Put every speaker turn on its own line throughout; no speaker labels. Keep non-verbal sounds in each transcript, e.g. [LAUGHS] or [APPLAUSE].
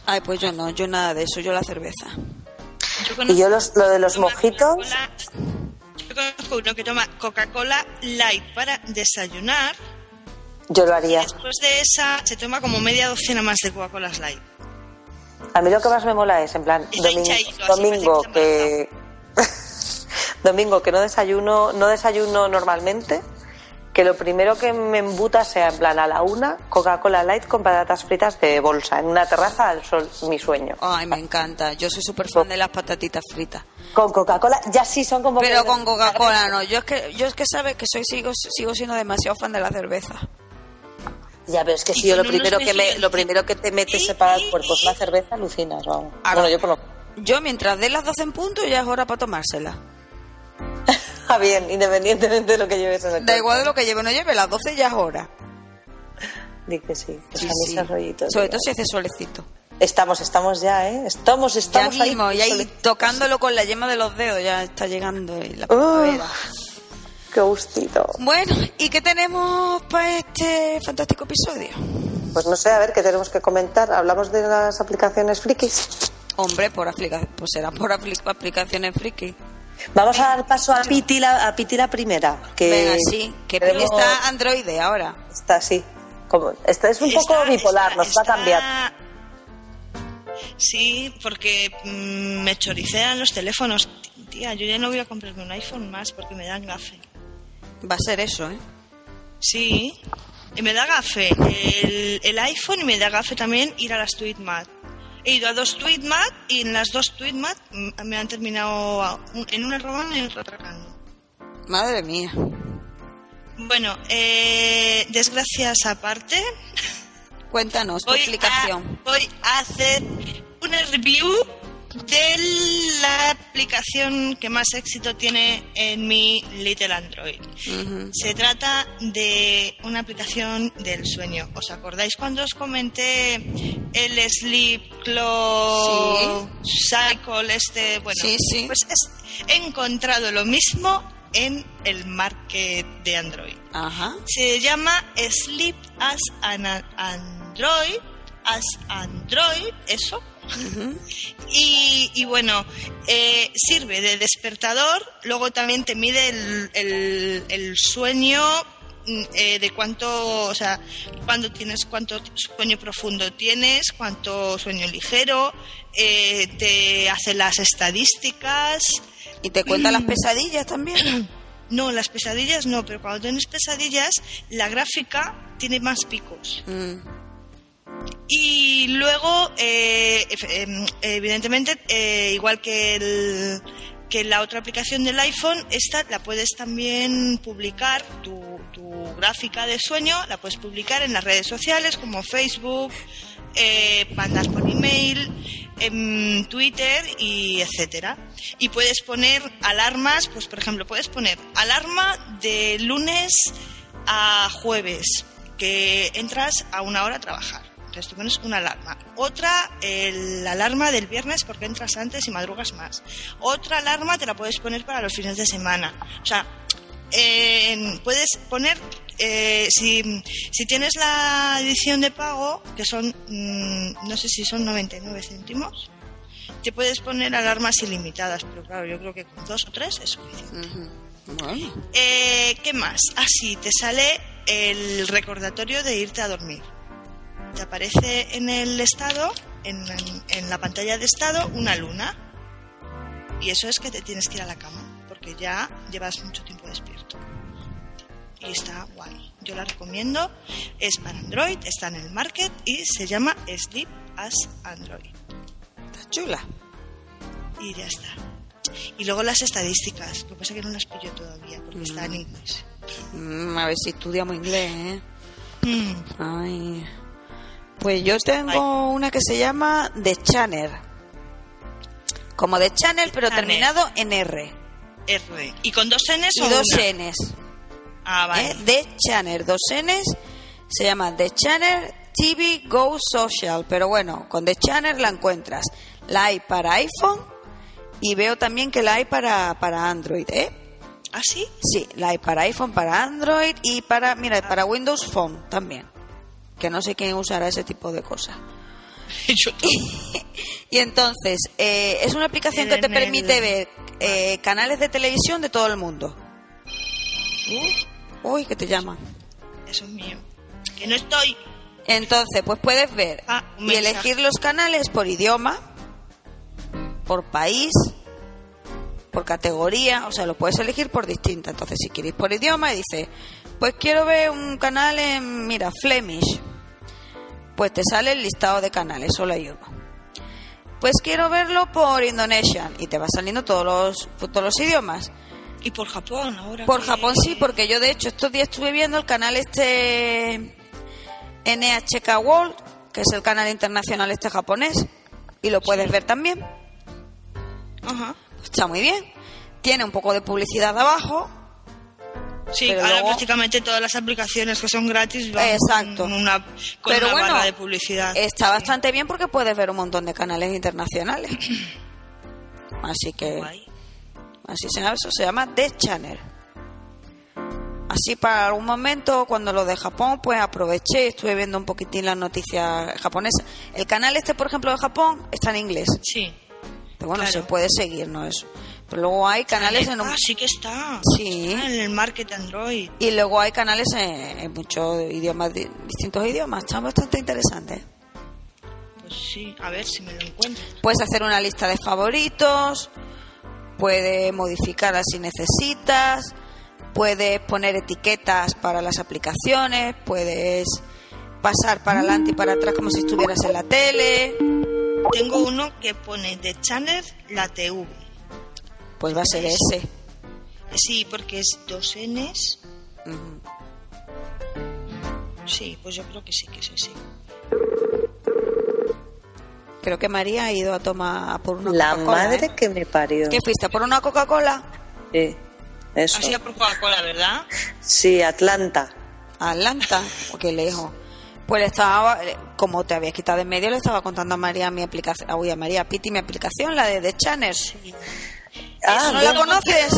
Ay, pues yo no, yo nada de eso, yo la cerveza.
Yo conozco
Y yo los, lo de los
uno que toma
mojitos,
Coca-Cola- Yo conozco uno que toma Coca-Cola Light para desayunar.
yo lo haría.
Después de esa se toma como media docena más de Coca-Cola Light.
A mí lo que más me mola es, en plan,
Es
domingo,
hinchadito, así
domingo
parece
que...
que
[LAUGHS] domingo que no desayuno, no desayuno normalmente, que lo primero que me embuta sea, en plan, a la una, Coca-Cola Light con patatas fritas de bolsa, en una terraza al sol, mi sueño.
Ay, me encanta. Yo soy súper fan de las patatitas fritas.
Con Coca-Cola, ya sí son como...
Pero con Coca-Cola no. Yo es que, yo es que sabes que soy, sigo, sigo siendo demasiado fan de la cerveza.
Ya, pero es que si
Y
yo lo
con unos
primero que me,
mejillones.
lo primero que te metes separado al cuerpo es la cerveza, alucinas, vamos.
Ah,
Bueno,
no.
yo por lo
Yo mientras dé las 12 en punto ya es hora para tomársela.
Ah, bien, independientemente de lo que lleves en el
Da
cuerpo.
igual de lo que lleve o no lleve, las 12 ya es hora.
Di que sí, pues
Sí,
a mí
sí.
ese rollito,
Sobre
tío.
todo si hace solecito.
Estamos, estamos ya, ¿eh? Estamos,
Ya
estamos
mismo, y ahí
Sole-
tocándolo con la yema de los dedos, ya está llegando y la primavera.
Uf, qué gustito.
Bueno, ¿y qué tenemos para este fantástico episodio?
Pues no sé, a ver, ¿qué tenemos que comentar? ¿Hablamos de las aplicaciones frikis?
Hombre, por aplica pues será por apli- aplicaciones friki.
Vamos a dar paso a Piti la, a Piti la primera. Que
Venga, sí, que
tenemos-
Pili está Android ahora.
Está así. Como, esta es un poco
Está-
bipolar,
está-
nos va a cambiar.
está- Sí, porque mm, me choricean los teléfonos. Tía, yo ya no voy a comprarme un iPhone más porque me dan gafe.
Va a ser eso, ¿eh?
Sí, y me da gafe el, el iPhone y me da gafe también ir a las TweetMat. He ido a dos TweetMat y en las dos TweetMat mm, me han terminado a- un- en una robando y en otra atracando.
Madre mía.
Bueno, eh, desgracias aparte,
Cuéntanos tu
voy
explicación.
A, voy a hacer una review de la aplicación que más éxito tiene en mi Little Android.
Ujú.
Se trata de una aplicación del sueño. ¿Os acordáis cuando os comenté el Sleep Clock Cycle este? Bueno,
Sí, sí.
pues es- he encontrado lo mismo en el market de Android.
Ajá.
Se llama Sleep as an Android, as Android, eso.
Ujú.
Y, y bueno, eh, sirve de despertador, luego también te mide el, el- el sueño mm, eh, de cuánto, o sea, cuando tienes cuánto sueño profundo tienes, cuánto sueño ligero, eh, te hace las estadísticas.
Y te cuenta las pesadillas también.
No, las pesadillas no, pero cuando tienes pesadillas, la gráfica tiene más picos.
Mm.
Y luego, eh, ef- em, evidentemente, eh, igual que, el- que la otra aplicación del iPhone, esta la puedes también publicar, tu, tu gráfica de sueño, la puedes publicar en las redes sociales como Facebook, eh, mandas por email, en Twitter y etcétera. Y puedes poner alarmas, pues por ejemplo, puedes poner alarma de lunes a jueves, que entras a una hora a trabajar. Entonces tú pones una alarma. Otra, el- la alarma del viernes porque entras antes y madrugas más. Otra alarma te la puedes poner para los fines de semana. O sea, eh, puedes poner, eh, si, si tienes la edición de pago, que son, mm, no sé si son 99 céntimos, te puedes poner alarmas ilimitadas, pero claro, yo creo que con dos o tres es suficiente.
Ujú. Bueno.
Eh, ¿Qué más? Así te sale el recordatorio de irte a dormir. Te aparece en el estado, en, en- en la pantalla de estado, una luna. Y eso es que te tienes que ir a la cama, porque ya llevas mucho tiempo despierto. Y está guay. Yo la recomiendo. Es para Android, está en el market y se llama Sleep as Android
Está chula.
y ya está. Y luego las estadísticas, lo que pasa es que no las pillo todavía porque está en inglés.
Mm, a ver si estudiamos inglés, ¿eh?
Mm,
Ay. Pues yo tengo una que se llama The Channel. Como The Channel, pero
Channel.
terminado en R.
R. ¿Y con dos Ns o
Y dos
una?
Ns.
Ah, vale.
¿eh? The Channel. Dos Ns. Se llama The Channel TV Go Social. Pero bueno, con The Channel la encuentras. La hay para iPhone y veo también que la hay para, para Android, ¿eh?
¿Ah,
[LAUGHS]
sí?
Sí, la hay para iPhone, para Android y para, mira, para Windows Phone también. Que no sé quién usará ese tipo de cosas.
[LAUGHS] Yo tampoco.
Y entonces, eh, es una aplicación que te
Tienen el-
permite ver eh, canales de televisión de todo el mundo. Uy, que te llaman.
Eso es mío. Que no estoy.
Entonces, pues puedes ver
Ah, un
y
mensaje.
elegir los canales por idioma, por país, por categoría, o sea, lo puedes elegir por distinta. Entonces, si quieres por idioma y dices, pues quiero ver un canal en, mira, Flemish, pues te sale el listado de canales, solo hay uno. Pues quiero verlo por Indonesian y te va saliendo todos los, todos los idiomas.
¿Y por Japón ahora?
Por
que-
Japón sí, porque yo de hecho estos días estuve viendo el canal este NHK World, que es el canal internacional este japonés, y lo puedes ver también.
Ajá.
Está muy bien. Tiene un poco de publicidad abajo.
Sí,
Pero
ahora
luego-
prácticamente todas las aplicaciones que son gratis van
Exacto.
con una, con
pero
una
bueno,
barra de publicidad.
está
Sí.
bastante bien porque puedes ver un montón de
[LAUGHS]
canales internacionales. Así que
Guay.
Así se llama, eso se llama The Channel. Así para algún momento, cuando lo de Japón, pues aproveché y estuve viendo un poquitín las noticias japonesas. El canal este, por ejemplo, de Japón está en inglés.
Sí.
Pero bueno,
Claro.
se puede seguir, ¿no? Eso. Pero luego hay canales en un...
Ah, sí que está.
Sí.
Está en el market Android.
Y luego hay canales en, en muchos idiomas, di- distintos idiomas. Están bastante ¿eh? interesantes.
Pues sí, a ver si me lo encuentro.
Puedes hacer una lista de favoritos, puedes modificarla si necesitas, puedes poner etiquetas para las aplicaciones, puedes pasar para adelante y para atrás como si estuvieras en la tele.
Tengo uno que pone de Channel la TV.
Pues va a ser ese.
Sí, porque es dos Ns.
Ujú.
Sí, pues yo creo que sí, que es ese.
Creo que María ha ido a tomar por una
La
Coca-Cola.
madre
¿eh?
que me parió.
¿Qué fuiste? ¿Por una Coca-Cola?
Sí, eso.
Ha sido por Coca-Cola, ¿verdad?
Sí, Atlanta.
a Atlanta, o qué lejos. Pues le estaba, eh, como te habías quitado de en medio, le estaba contando a María mi aplicación, uy, a María Pitti mi aplicación, la de The Channel.
Ah,
¿No la
bueno,
conoces?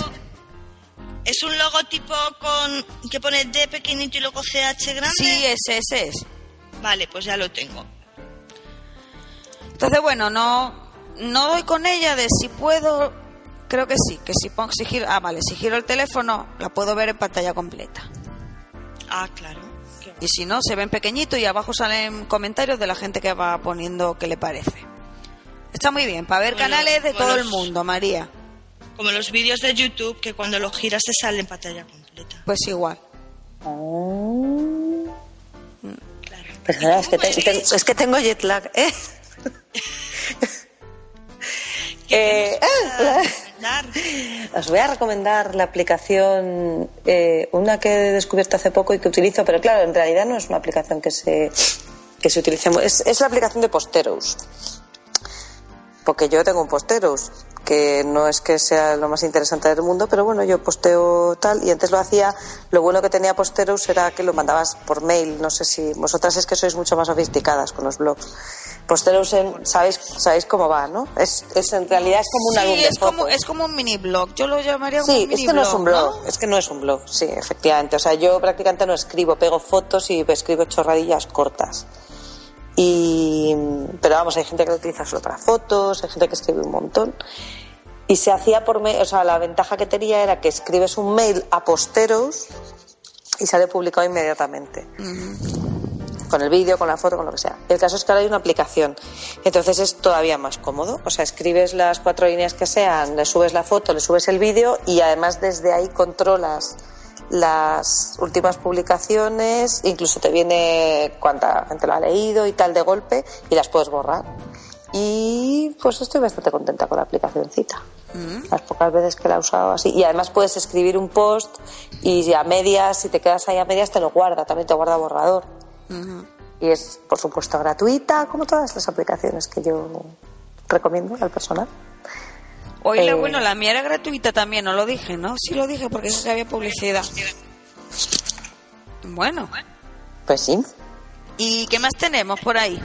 Es un logotipo con que pone D pequeñito y luego CH grande.
Sí, ese, ese es.
Vale, pues ya lo tengo.
Entonces, bueno, no, no doy con ella de si puedo, creo que sí, que si pongo, si giro- ah, vale, si giro el teléfono, la puedo ver en pantalla completa.
Ah, claro. Qué
Y si no, se ven pequeñitos y abajo salen comentarios de la gente que va poniendo qué le parece. Está muy bien, para ver
Bueno,
canales de todo el
bueno.
mundo, María.
guay. Como los vídeos de YouTube que cuando los giras te sale en pantalla
[LAUGHS]
completa.
Pues igual.
ah.
Claro.
Perdona, es que, te- te- es que tengo jet lag. ¿eh? Eh, ah,
Dar.
os voy a recomendar la aplicación, eh, una que he descubierto hace poco y que utilizo, pero claro, en realidad no es una aplicación que se, que se utilice. mu- Es, es la aplicación de posteros. Porque yo tengo un posteros, que no es que sea lo más interesante del mundo, pero bueno, yo posteo tal y antes lo hacía. Lo bueno que tenía posteros era que lo mandabas por mail. No sé si vosotras es que sois mucho más sofisticadas con los blogs. Posteros, en- sabéis, sabéis cómo va, ¿no? Es, es- en realidad es como un álbum
sí,
de
es como,
fotos.
es como un mini blog. Yo lo llamaría como
Sí,
un mini
es que no es un blog,
¿no?
es que no es un blog, sí, efectivamente. O sea, yo prácticamente no escribo, pego fotos y escribo chorradillas cortas. Y, pero vamos, hay gente que lo utiliza solo para fotos, hay gente que escribe un montón. Y se hacía por mail, o sea, la ventaja que tenía era que escribes un mail a posteros y sale publicado inmediatamente con el vídeo, con la foto, con lo que sea. El caso es que ahora hay una aplicación, entonces es todavía más cómodo. O sea, escribes las cuatro líneas que sean, le subes la foto, le subes el vídeo y además desde ahí controlas las últimas publicaciones, incluso te viene cuánta gente lo ha leído y tal de golpe y las puedes borrar. Y pues estoy bastante contenta con la aplicacioncita. Las pocas veces que la he usado así. Y además puedes escribir un post y a medias, si te quedas ahí a medias, te lo guarda, también te guarda borrador. Y es, por supuesto, gratuita, como todas las aplicaciones que yo recomiendo al personal.
Hoy,
Eh.
la, bueno, la mía era gratuita también, no lo dije, ¿no? Sí lo dije porque eso que había publicidad. Bueno,
Pues sí.
¿y qué más tenemos por ahí?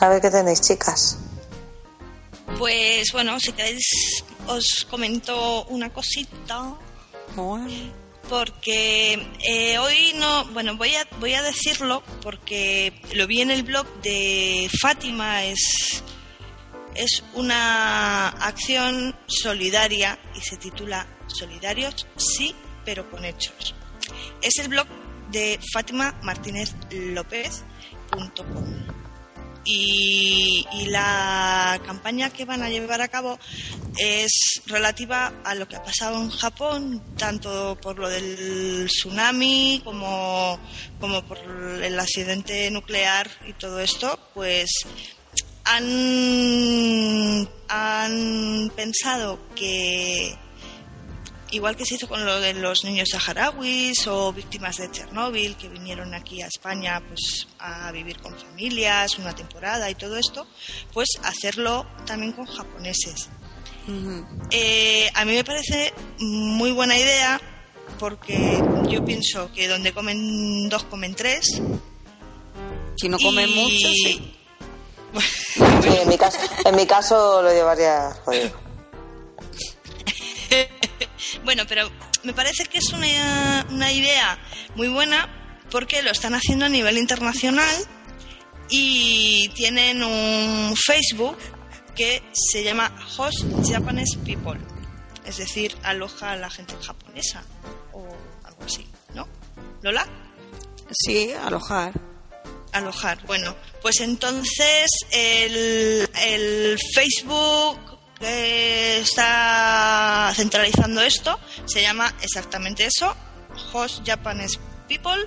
A ver qué tenéis, chicas.
Pues bueno, si queréis os comento una cosita. porque eh, hoy no, bueno, voy a, voy a decirlo porque lo vi en el blog de Fátima, es, es una acción solidaria y se titula Solidarios, sí, pero con hechos. Es el blog de Fátima Martínez López.com y, y la campaña que van a llevar a cabo es relativa a lo que ha pasado en Japón, tanto por lo del tsunami como, como por el accidente nuclear y todo esto, pues han, han pensado que igual que se hizo con lo de los niños saharauis o víctimas de Chernóbil que vinieron aquí a España pues a vivir con familias una temporada y todo esto, pues hacerlo también con japoneses. Eh, a mí me parece muy buena idea porque yo pienso que donde comen dos comen tres.
Si no comen
y-
mucho, sí.
Sí, en, mi caso, en mi caso lo llevaría jodido.
Bueno, pero me parece que es una, una idea muy buena porque lo están haciendo a nivel internacional y tienen un Facebook que se llama Host Japanese People, es decir, aloja a la gente japonesa o algo así, ¿no? ¿Lola?
Sí, alojar.
alojar. Bueno, pues entonces el, el Facebook que está centralizando esto se llama exactamente eso, Host Japanese People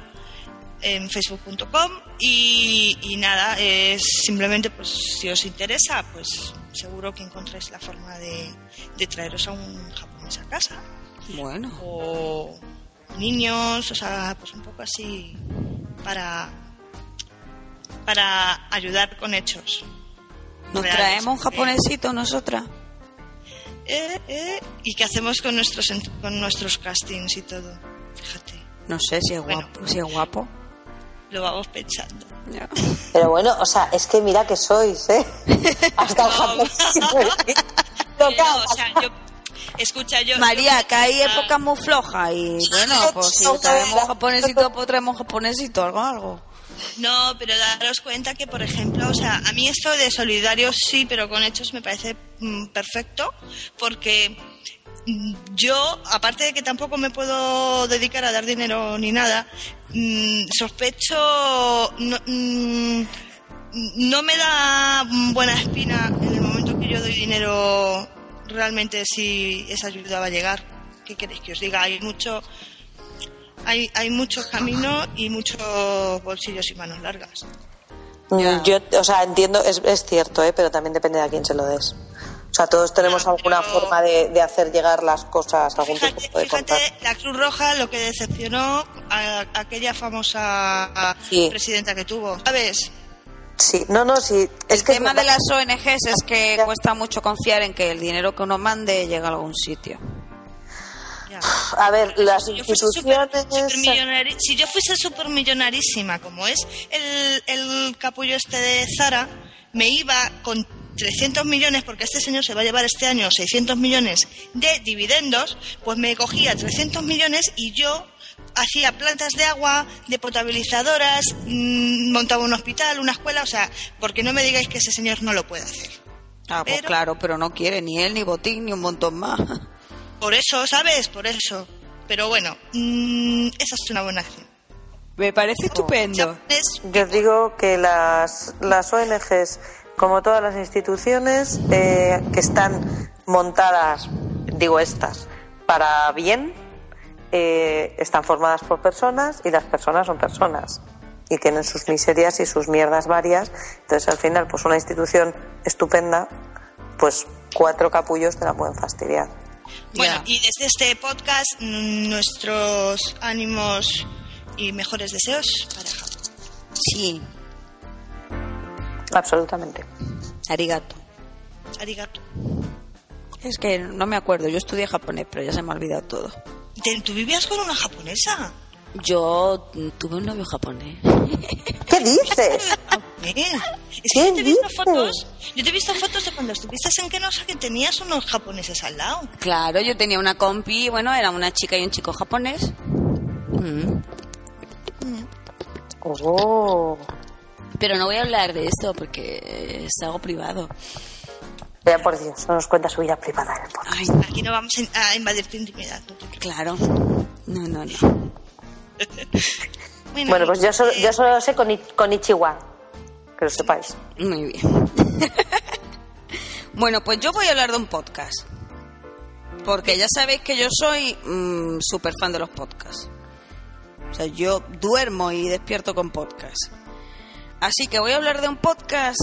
en facebook.com y, y nada, es simplemente pues si os interesa, pues seguro que encontráis la forma de, de traeros a un japonés a casa
Bueno,
o niños, o sea, pues un poco así para para ayudar con hechos.
Nos
reales.
traemos un japonesito nosotras.
Eh, eh, ¿Y qué hacemos con nuestros, en- con nuestros castings y todo? Fíjate,
No sé si es
Bueno.
guapo. Si es
[LAUGHS]
guapo.
lo vamos pensando.
Ya.
Pero bueno, o sea, es que mira que sois, [LAUGHS] ¿eh? Hasta el
No.
Japón. [LAUGHS]
Eh, no, o sea, yo... Escucha, yo...
María,
yo-
que hay
Ah,
épocas muy flojas y
[LAUGHS]
bueno, pues si traemos japonesito, pues traemos japonesito, algo, algo.
No, pero daros cuenta que, por ejemplo, o sea, a mí esto de solidario sí, pero con hechos me parece mm, perfecto, porque mm, yo, aparte de que tampoco me puedo dedicar a dar dinero ni nada, mm, sospecho, no, mm, no me da mm, buena espina en el momento que yo doy dinero realmente si esa ayuda va a llegar. ¿Qué queréis que os diga? Hay mucho hay, hay muchos caminos y muchos bolsillos y manos largas.
Ya.
Mm, Yo, o sea, entiendo, es, es cierto, ¿eh? Pero también depende de a quién se lo des. O sea, todos tenemos
Ya,
alguna
pero-
forma de, de hacer llegar las cosas, algún
Fíjate,
tipo de
fíjate
contacto.
la Cruz Roja lo que decepcionó a, a aquella famosa a,
Sí.
presidenta que tuvo. ¿Sabes?
Sí, no, no, sí. Es
El
que
tema de las ONGs es que
Ya.
cuesta mucho confiar en que el dinero que uno mande llega a algún sitio.
Ya.
A ver, las
Si yo fuese super-
instituciones...
supermillonari- si yo fuese supermillonarísima, como es el, el capullo este de Zara, me iba con 300 millones, porque este señor se va a llevar este año 600 millones de dividendos, pues me cogía 300 millones y yo hacía plantas de agua, de potabilizadoras, mm, montaba un hospital, una escuela, o sea, porque no me digáis que ese señor no lo puede hacer.
Ah, pues
Pero-
claro, pero no quiere ni él, ni Botín, ni un montón más. [LAUGHS]
Por eso, ¿sabes? Por eso. Pero bueno, mm, esa es una buena acción.
Me parece estupendo.
Chapones,
Yo os digo que las, las ONGs, como todas las instituciones eh, que están montadas, digo estas, para bien, eh, están formadas por personas y las personas son personas y tienen sus miserias y sus mierdas varias. Entonces, al final, pues una institución estupenda, pues cuatro capullos te la pueden fastidiar.
Bueno,
Ya.
y desde este podcast, mm, nuestros ánimos y mejores deseos para Japón.
Sí,
Absolutamente.
arigato.
Arigato.
Es que no me acuerdo, yo estudié japonés, pero ya se me ha olvidado todo.
Te- ¿Tú vivías con una japonesa?
Yo mm, tuve un novio japonés.
¿Qué dices?
¿Eh?
¿Qué
Es que yo te he visto
dices?
fotos. Yo te he visto fotos de cuando estuviste en Kenosha que tenías unos japoneses al lado.
Claro, yo tenía una compi, bueno, era una chica y un chico japonés. Mm.
Oh,
Pero no voy a hablar de esto porque es algo privado.
ya por Dios, no nos cuenta su vida privada en el podcast.
Ay,
Aquí no vamos in- a invadir tu intimidad. no te preocupes.
claro. No, no, no. [LAUGHS]
Bueno, pues yo solo,
eh,
yo solo lo sé con, ich- con Ichiwa, que lo sepáis.
Muy bien. [LAUGHS] bueno, pues yo voy a hablar de un podcast. Porque ya sabéis que yo soy mm, súper fan de los podcasts. O sea, yo duermo y despierto con podcasts. Así que voy a hablar de un podcast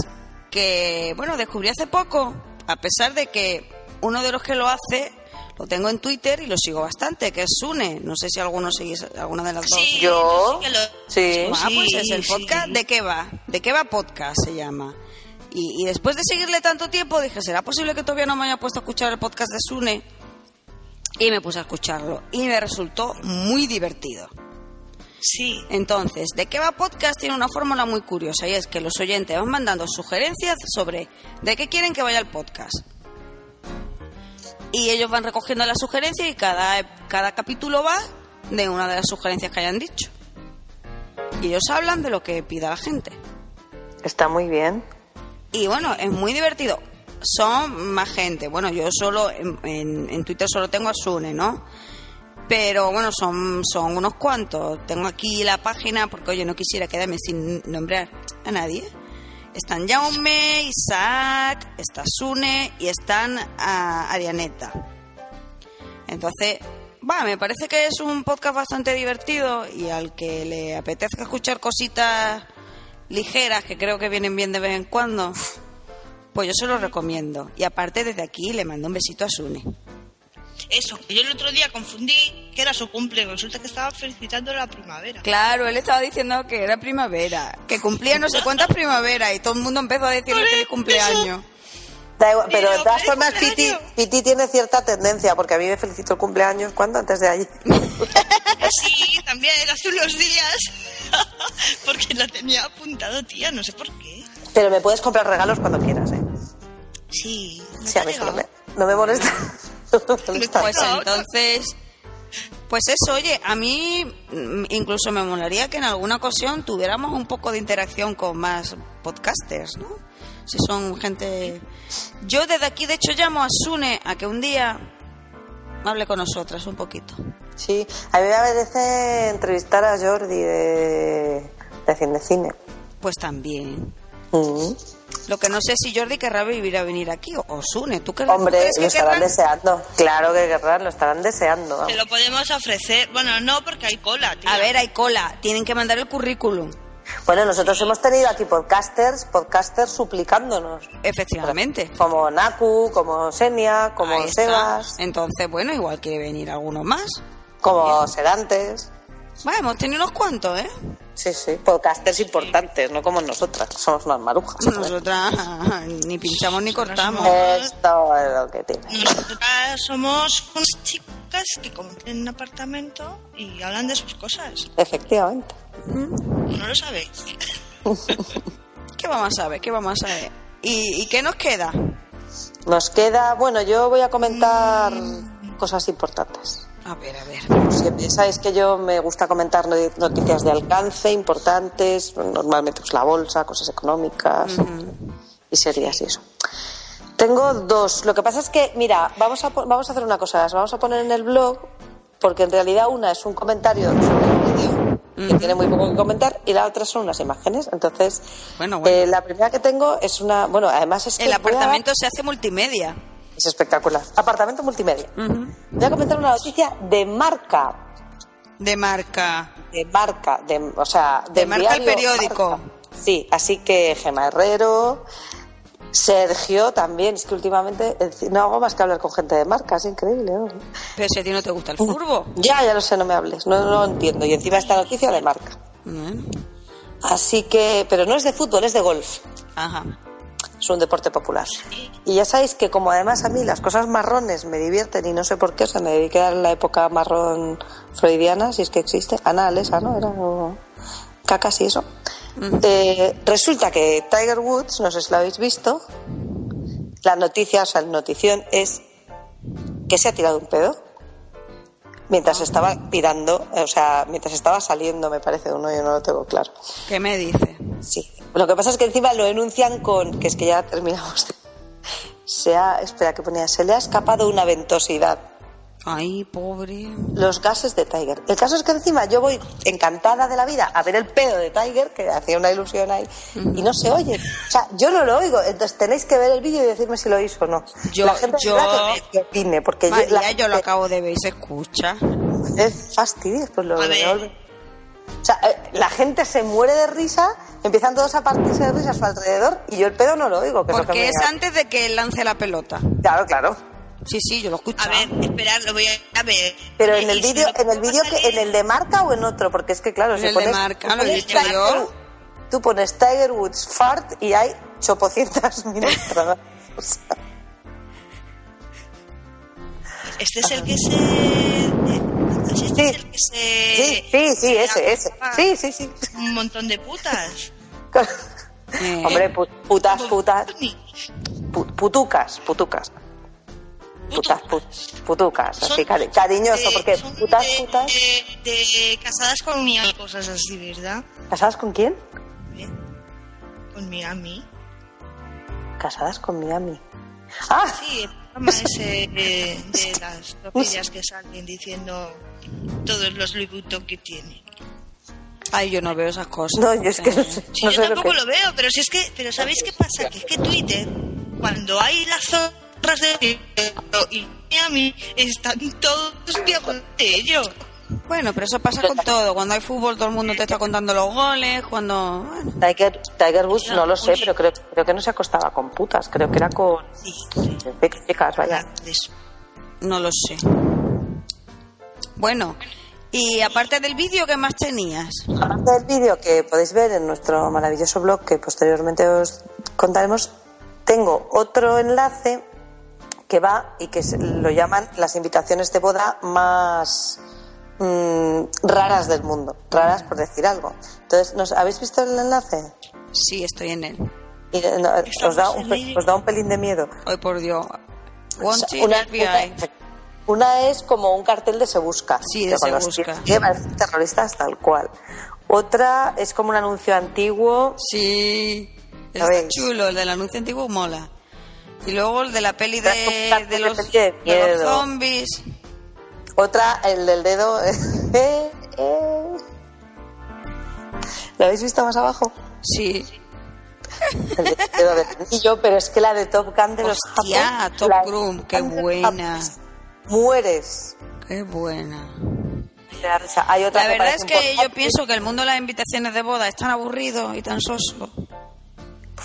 que, bueno, descubrí hace poco, a pesar de que uno de los que lo hace lo tengo en Twitter y lo sigo bastante, que es Sune. No sé si alguno seguís alguna de las dos.
Sí,
Yo-
yo sí que lo-
sí.
Ah, pues es el
sí.
podcast. ¿De qué va? ¿De qué va podcast? Se llama. Y, y después de seguirle tanto tiempo, dije, ¿será posible que todavía no me haya puesto a escuchar el podcast de Sune? Y me puse a escucharlo. Y me resultó muy divertido.
Sí.
Entonces, ¿de qué va podcast? Tiene una fórmula muy curiosa y es que los oyentes van mandando sugerencias sobre de qué quieren que vaya el podcast. Y ellos van recogiendo las sugerencias y cada, cada capítulo va de una de las sugerencias que hayan dicho. Y ellos hablan de lo que pida la gente.
Está muy bien.
Y bueno, es muy divertido. Son más gente. Bueno, yo solo en, en- en Twitter solo tengo a Sune, ¿no? Pero bueno, son, son unos cuantos. Tengo aquí la página porque, oye, no quisiera quedarme sin nombrar a nadie. Están Jaume, Isaac, está Sune y están a Arianeta. Entonces, va, me parece que es un podcast bastante divertido y al que le apetezca escuchar cositas ligeras que creo que vienen bien de vez en cuando, pues yo se lo recomiendo. Y aparte desde aquí le mando un besito a Sune.
Eso, que yo el otro día confundí que era su cumple, resulta que estaba felicitando la primavera.
Claro, él estaba diciendo que era primavera, que cumplía no sé cuántas primaveras y todo el mundo empezó a decirle
Por
feliz
eso.
cumpleaños.
Da igual, pero de
Pero
todas
feliz
formas, Piti,
cumpleaños.
Piti tiene cierta tendencia, porque a mí me felicitó el cumpleaños, ¿cuándo? Antes de ayer.
Sí, también hace unos días, [LAUGHS] porque la tenía apuntado, tía, no sé por qué.
[LAUGHS] Pero me puedes comprar regalos cuando quieras, ¿eh?
Sí, no
Sí, a
te
mí
digo.
no me, no me
[LAUGHS]
molesta. No me molesta.
Pues
Claro.
entonces, pues eso, oye, a mí mm, incluso me molaría que en alguna ocasión tuviéramos un poco de interacción con más podcasters, ¿no? Si son gente... Yo desde aquí, de hecho, llamo a Sune a que un día hable con nosotras un poquito.
Sí, a mí me apetece entrevistar a Jordi de, de Cine Cine.
Pues también.
Mm.
Lo que no sé es si Jordi querrá vivir a venir aquí o, o Sune. ¿Tú crees, ¿tú
Hombre,
crees que
lo estarán
querrán?
deseando. Claro que querrán, lo estarán deseando. vamos.
Te lo podemos ofrecer. Bueno, no, porque hay cola, tía.
A ver, hay cola. Tienen que mandar el currículum.
Bueno, nosotros hemos tenido aquí podcasters, podcasters suplicándonos.
Efectivamente.
Como Naku, como Senia,
Ahí
como
está. Eh,
Sebas,
Entonces, bueno, igual quiere venir alguno más.
como Sedantes.
Bueno, hemos tenido unos cuantos, ¿eh?
Sí, sí, podcasters importantes, no como nosotras, que somos unas marujas. ¿eh? joder.
Nosotras [LAUGHS] ni pinchamos ni cortamos.
Esto es lo que tiene.
Nosotras somos unas chicas que compran un apartamento y hablan de sus cosas.
Efectivamente.
No lo sabéis.
¿Qué vamos a saber? ¿Qué vamos a saber? ¿Y, y qué nos queda?
Nos queda, bueno, yo voy a comentar
Mm.
cosas importantes.
A ver, a ver.
Si pensáis Pues que yo me gusta comentar no- noticias de alcance importantes, normalmente pues la bolsa, cosas económicas y series y eso. Tengo dos. Lo que pasa es que, mira, vamos a, po- vamos a hacer una cosa. Las vamos a poner en el blog porque en realidad una es un comentario sobre el vídeo que tiene muy poco que comentar y la otra son unas imágenes. Entonces,
Bueno, bueno.
eh, la primera que tengo es una... Bueno, además es que...
El
voy a-
apartamento se hace multimedia.
es espectacular. Apartamento multimedia.
Ujú.
Voy a comentar una noticia de marca.
De marca.
De marca, de, o sea,
De
del
marca el
diario
periódico.
Marca. Sí, así que Gema Herrero, Sergio también. Es que últimamente eh, no hago más que hablar con gente de marca, es increíble. ¿no?
Pero si a ti no te gusta el furbo.
Ya, ya lo sé, no me hables, no, no entiendo. Y encima esta noticia de marca.
Mm,
Así que, pero no es de fútbol, es de golf.
Ajá.
es un deporte popular. Y ya sabéis que como además a mí las cosas marrones me divierten y no sé por qué, o sea, me dediqué a la época marrón freudiana, si es que existe, Ana Alesa, ¿no? Era o- cacas y eso. Eh, resulta que Tiger Woods, no sé si lo habéis visto, la noticia, o sea, la notición es que se ha tirado un pedo mientras estaba tirando, o sea, mientras estaba saliendo, me parece, uno, yo no lo tengo claro.
¿Qué me dice?
Sí. Lo que pasa es que encima lo enuncian con que es que ya terminamos. Se ha, espera, que ponía, se le ha escapado una ventosidad.
Ay, pobre.
Los gases de Tiger. El caso es que encima yo voy encantada de la vida a ver el pedo de Tiger, que hacía una ilusión ahí, y no se oye. O sea, yo no lo oigo. Entonces tenéis que ver el vídeo y decirme si lo oís o no.
Yo-
la gente
yo-
tendrá que- que opine, porque yo, Eh, la
María, yo lo
gente-
acabo de ver y se escucha.
Es fastidio, pues lo
A ver.
devuelve. O sea, eh, la gente se muere de risa, empiezan todos a partirse de risa a su alrededor y yo el pedo no lo oigo. Que es lo que
Porque
me
es
da.
antes de que lance la pelota.
Claro, claro.
Sí, sí, yo lo escucho.
A ver, esperad, lo voy a, a ver. Eh,
Pero en el
Y si
vídeo,
no
en el
puedo
vídeo que,
salir-
en el de marca o en otro, porque es que claro,
En
si
el de
pones, tú
marca, lo he
pones
dicho
Tiger-
yo.
Tú pones Tiger Woods fart y hay chopocientas [LAUGHS] mil entradas. O sea,
Este es el que se. Este es el que
Eh,
se.
sí, sí, sí,
se
ah,
ese, ese.
acaba
Sí, sí, sí. [LAUGHS]
Un montón de putas.
Eh,
Hombre, pu- putas, putas,
Ni-
pu- putucas, putucas. putas, put- putucas, así cari- cariñoso,
de-
porque
son
putas,
de-
putas.
De, de casadas con Miami, cosas así, ¿verdad?
¿Casadas con quién?
¿Eh? Con Miami.
Casadas con Miami. Ah,
Sí, el
[LAUGHS]
programa ese de, de las tropillas que salen diciendo todos los Louis Vuitton que tiene.
Ay, yo no veo esas cosas.
no, yo es que no
Eh,
sé,
Sí,
no
yo
sé lo
tampoco
que.
lo, veo, pero si es que, pero ¿sabéis qué pasa? Que es que Twitter, cuando hay las zorras de y Miami, están todos viejos de ello.
Bueno, pero eso pasa con todo. Cuando hay fútbol, todo el mundo te está contando los goles. Cuando. bueno.
Tiger, Tiger Woods, no lo sé,
Oye.
pero creo, creo que no se acostaba con putas, creo que era con
Sí,
chicas, vaya.
eso.
No lo sé. Bueno, y aparte del vídeo, ¿qué más tenías?
Aparte del vídeo que podéis ver en nuestro maravilloso blog que posteriormente os contaremos, tengo otro enlace que va y que se- lo llaman las invitaciones de boda más mm, raras del mundo, raras por decir algo. Entonces, ¿nos habéis visto el enlace?
Sí, estoy en él.
Y, eh, no, eh, os, da un, pe- os da un pelín de miedo.
Ay, por Dios.
O sea,
Wanted FBI.
una- una es como un cartel de se busca.
Sí, de
que
se
con los
busca.
pies que parecen terroristas tal cual. Otra es como un anuncio antiguo.
Sí,
¿Lo
está
veis?
chulo, el del anuncio antiguo mola. Y luego el de la peli de,
Trae un cartel
de
de
los,
peli de
de los
miedo.
zombies.
Otra, el del dedo. [LAUGHS] eh, eh. ¿Lo habéis visto más abajo?
Sí,
El del dedo del anillo, pero es que la de Top Gun de los
Hostia,
Japón,
Top
la de
Gun,
Top
qué
Gun de los
buena.
Japón, Mueres.
qué buena.
de la risa. Hay otra
La
que
verdad es
parece
que
un
yo
portátil.
pienso que el mundo de las invitaciones de boda es tan aburrido y tan soso.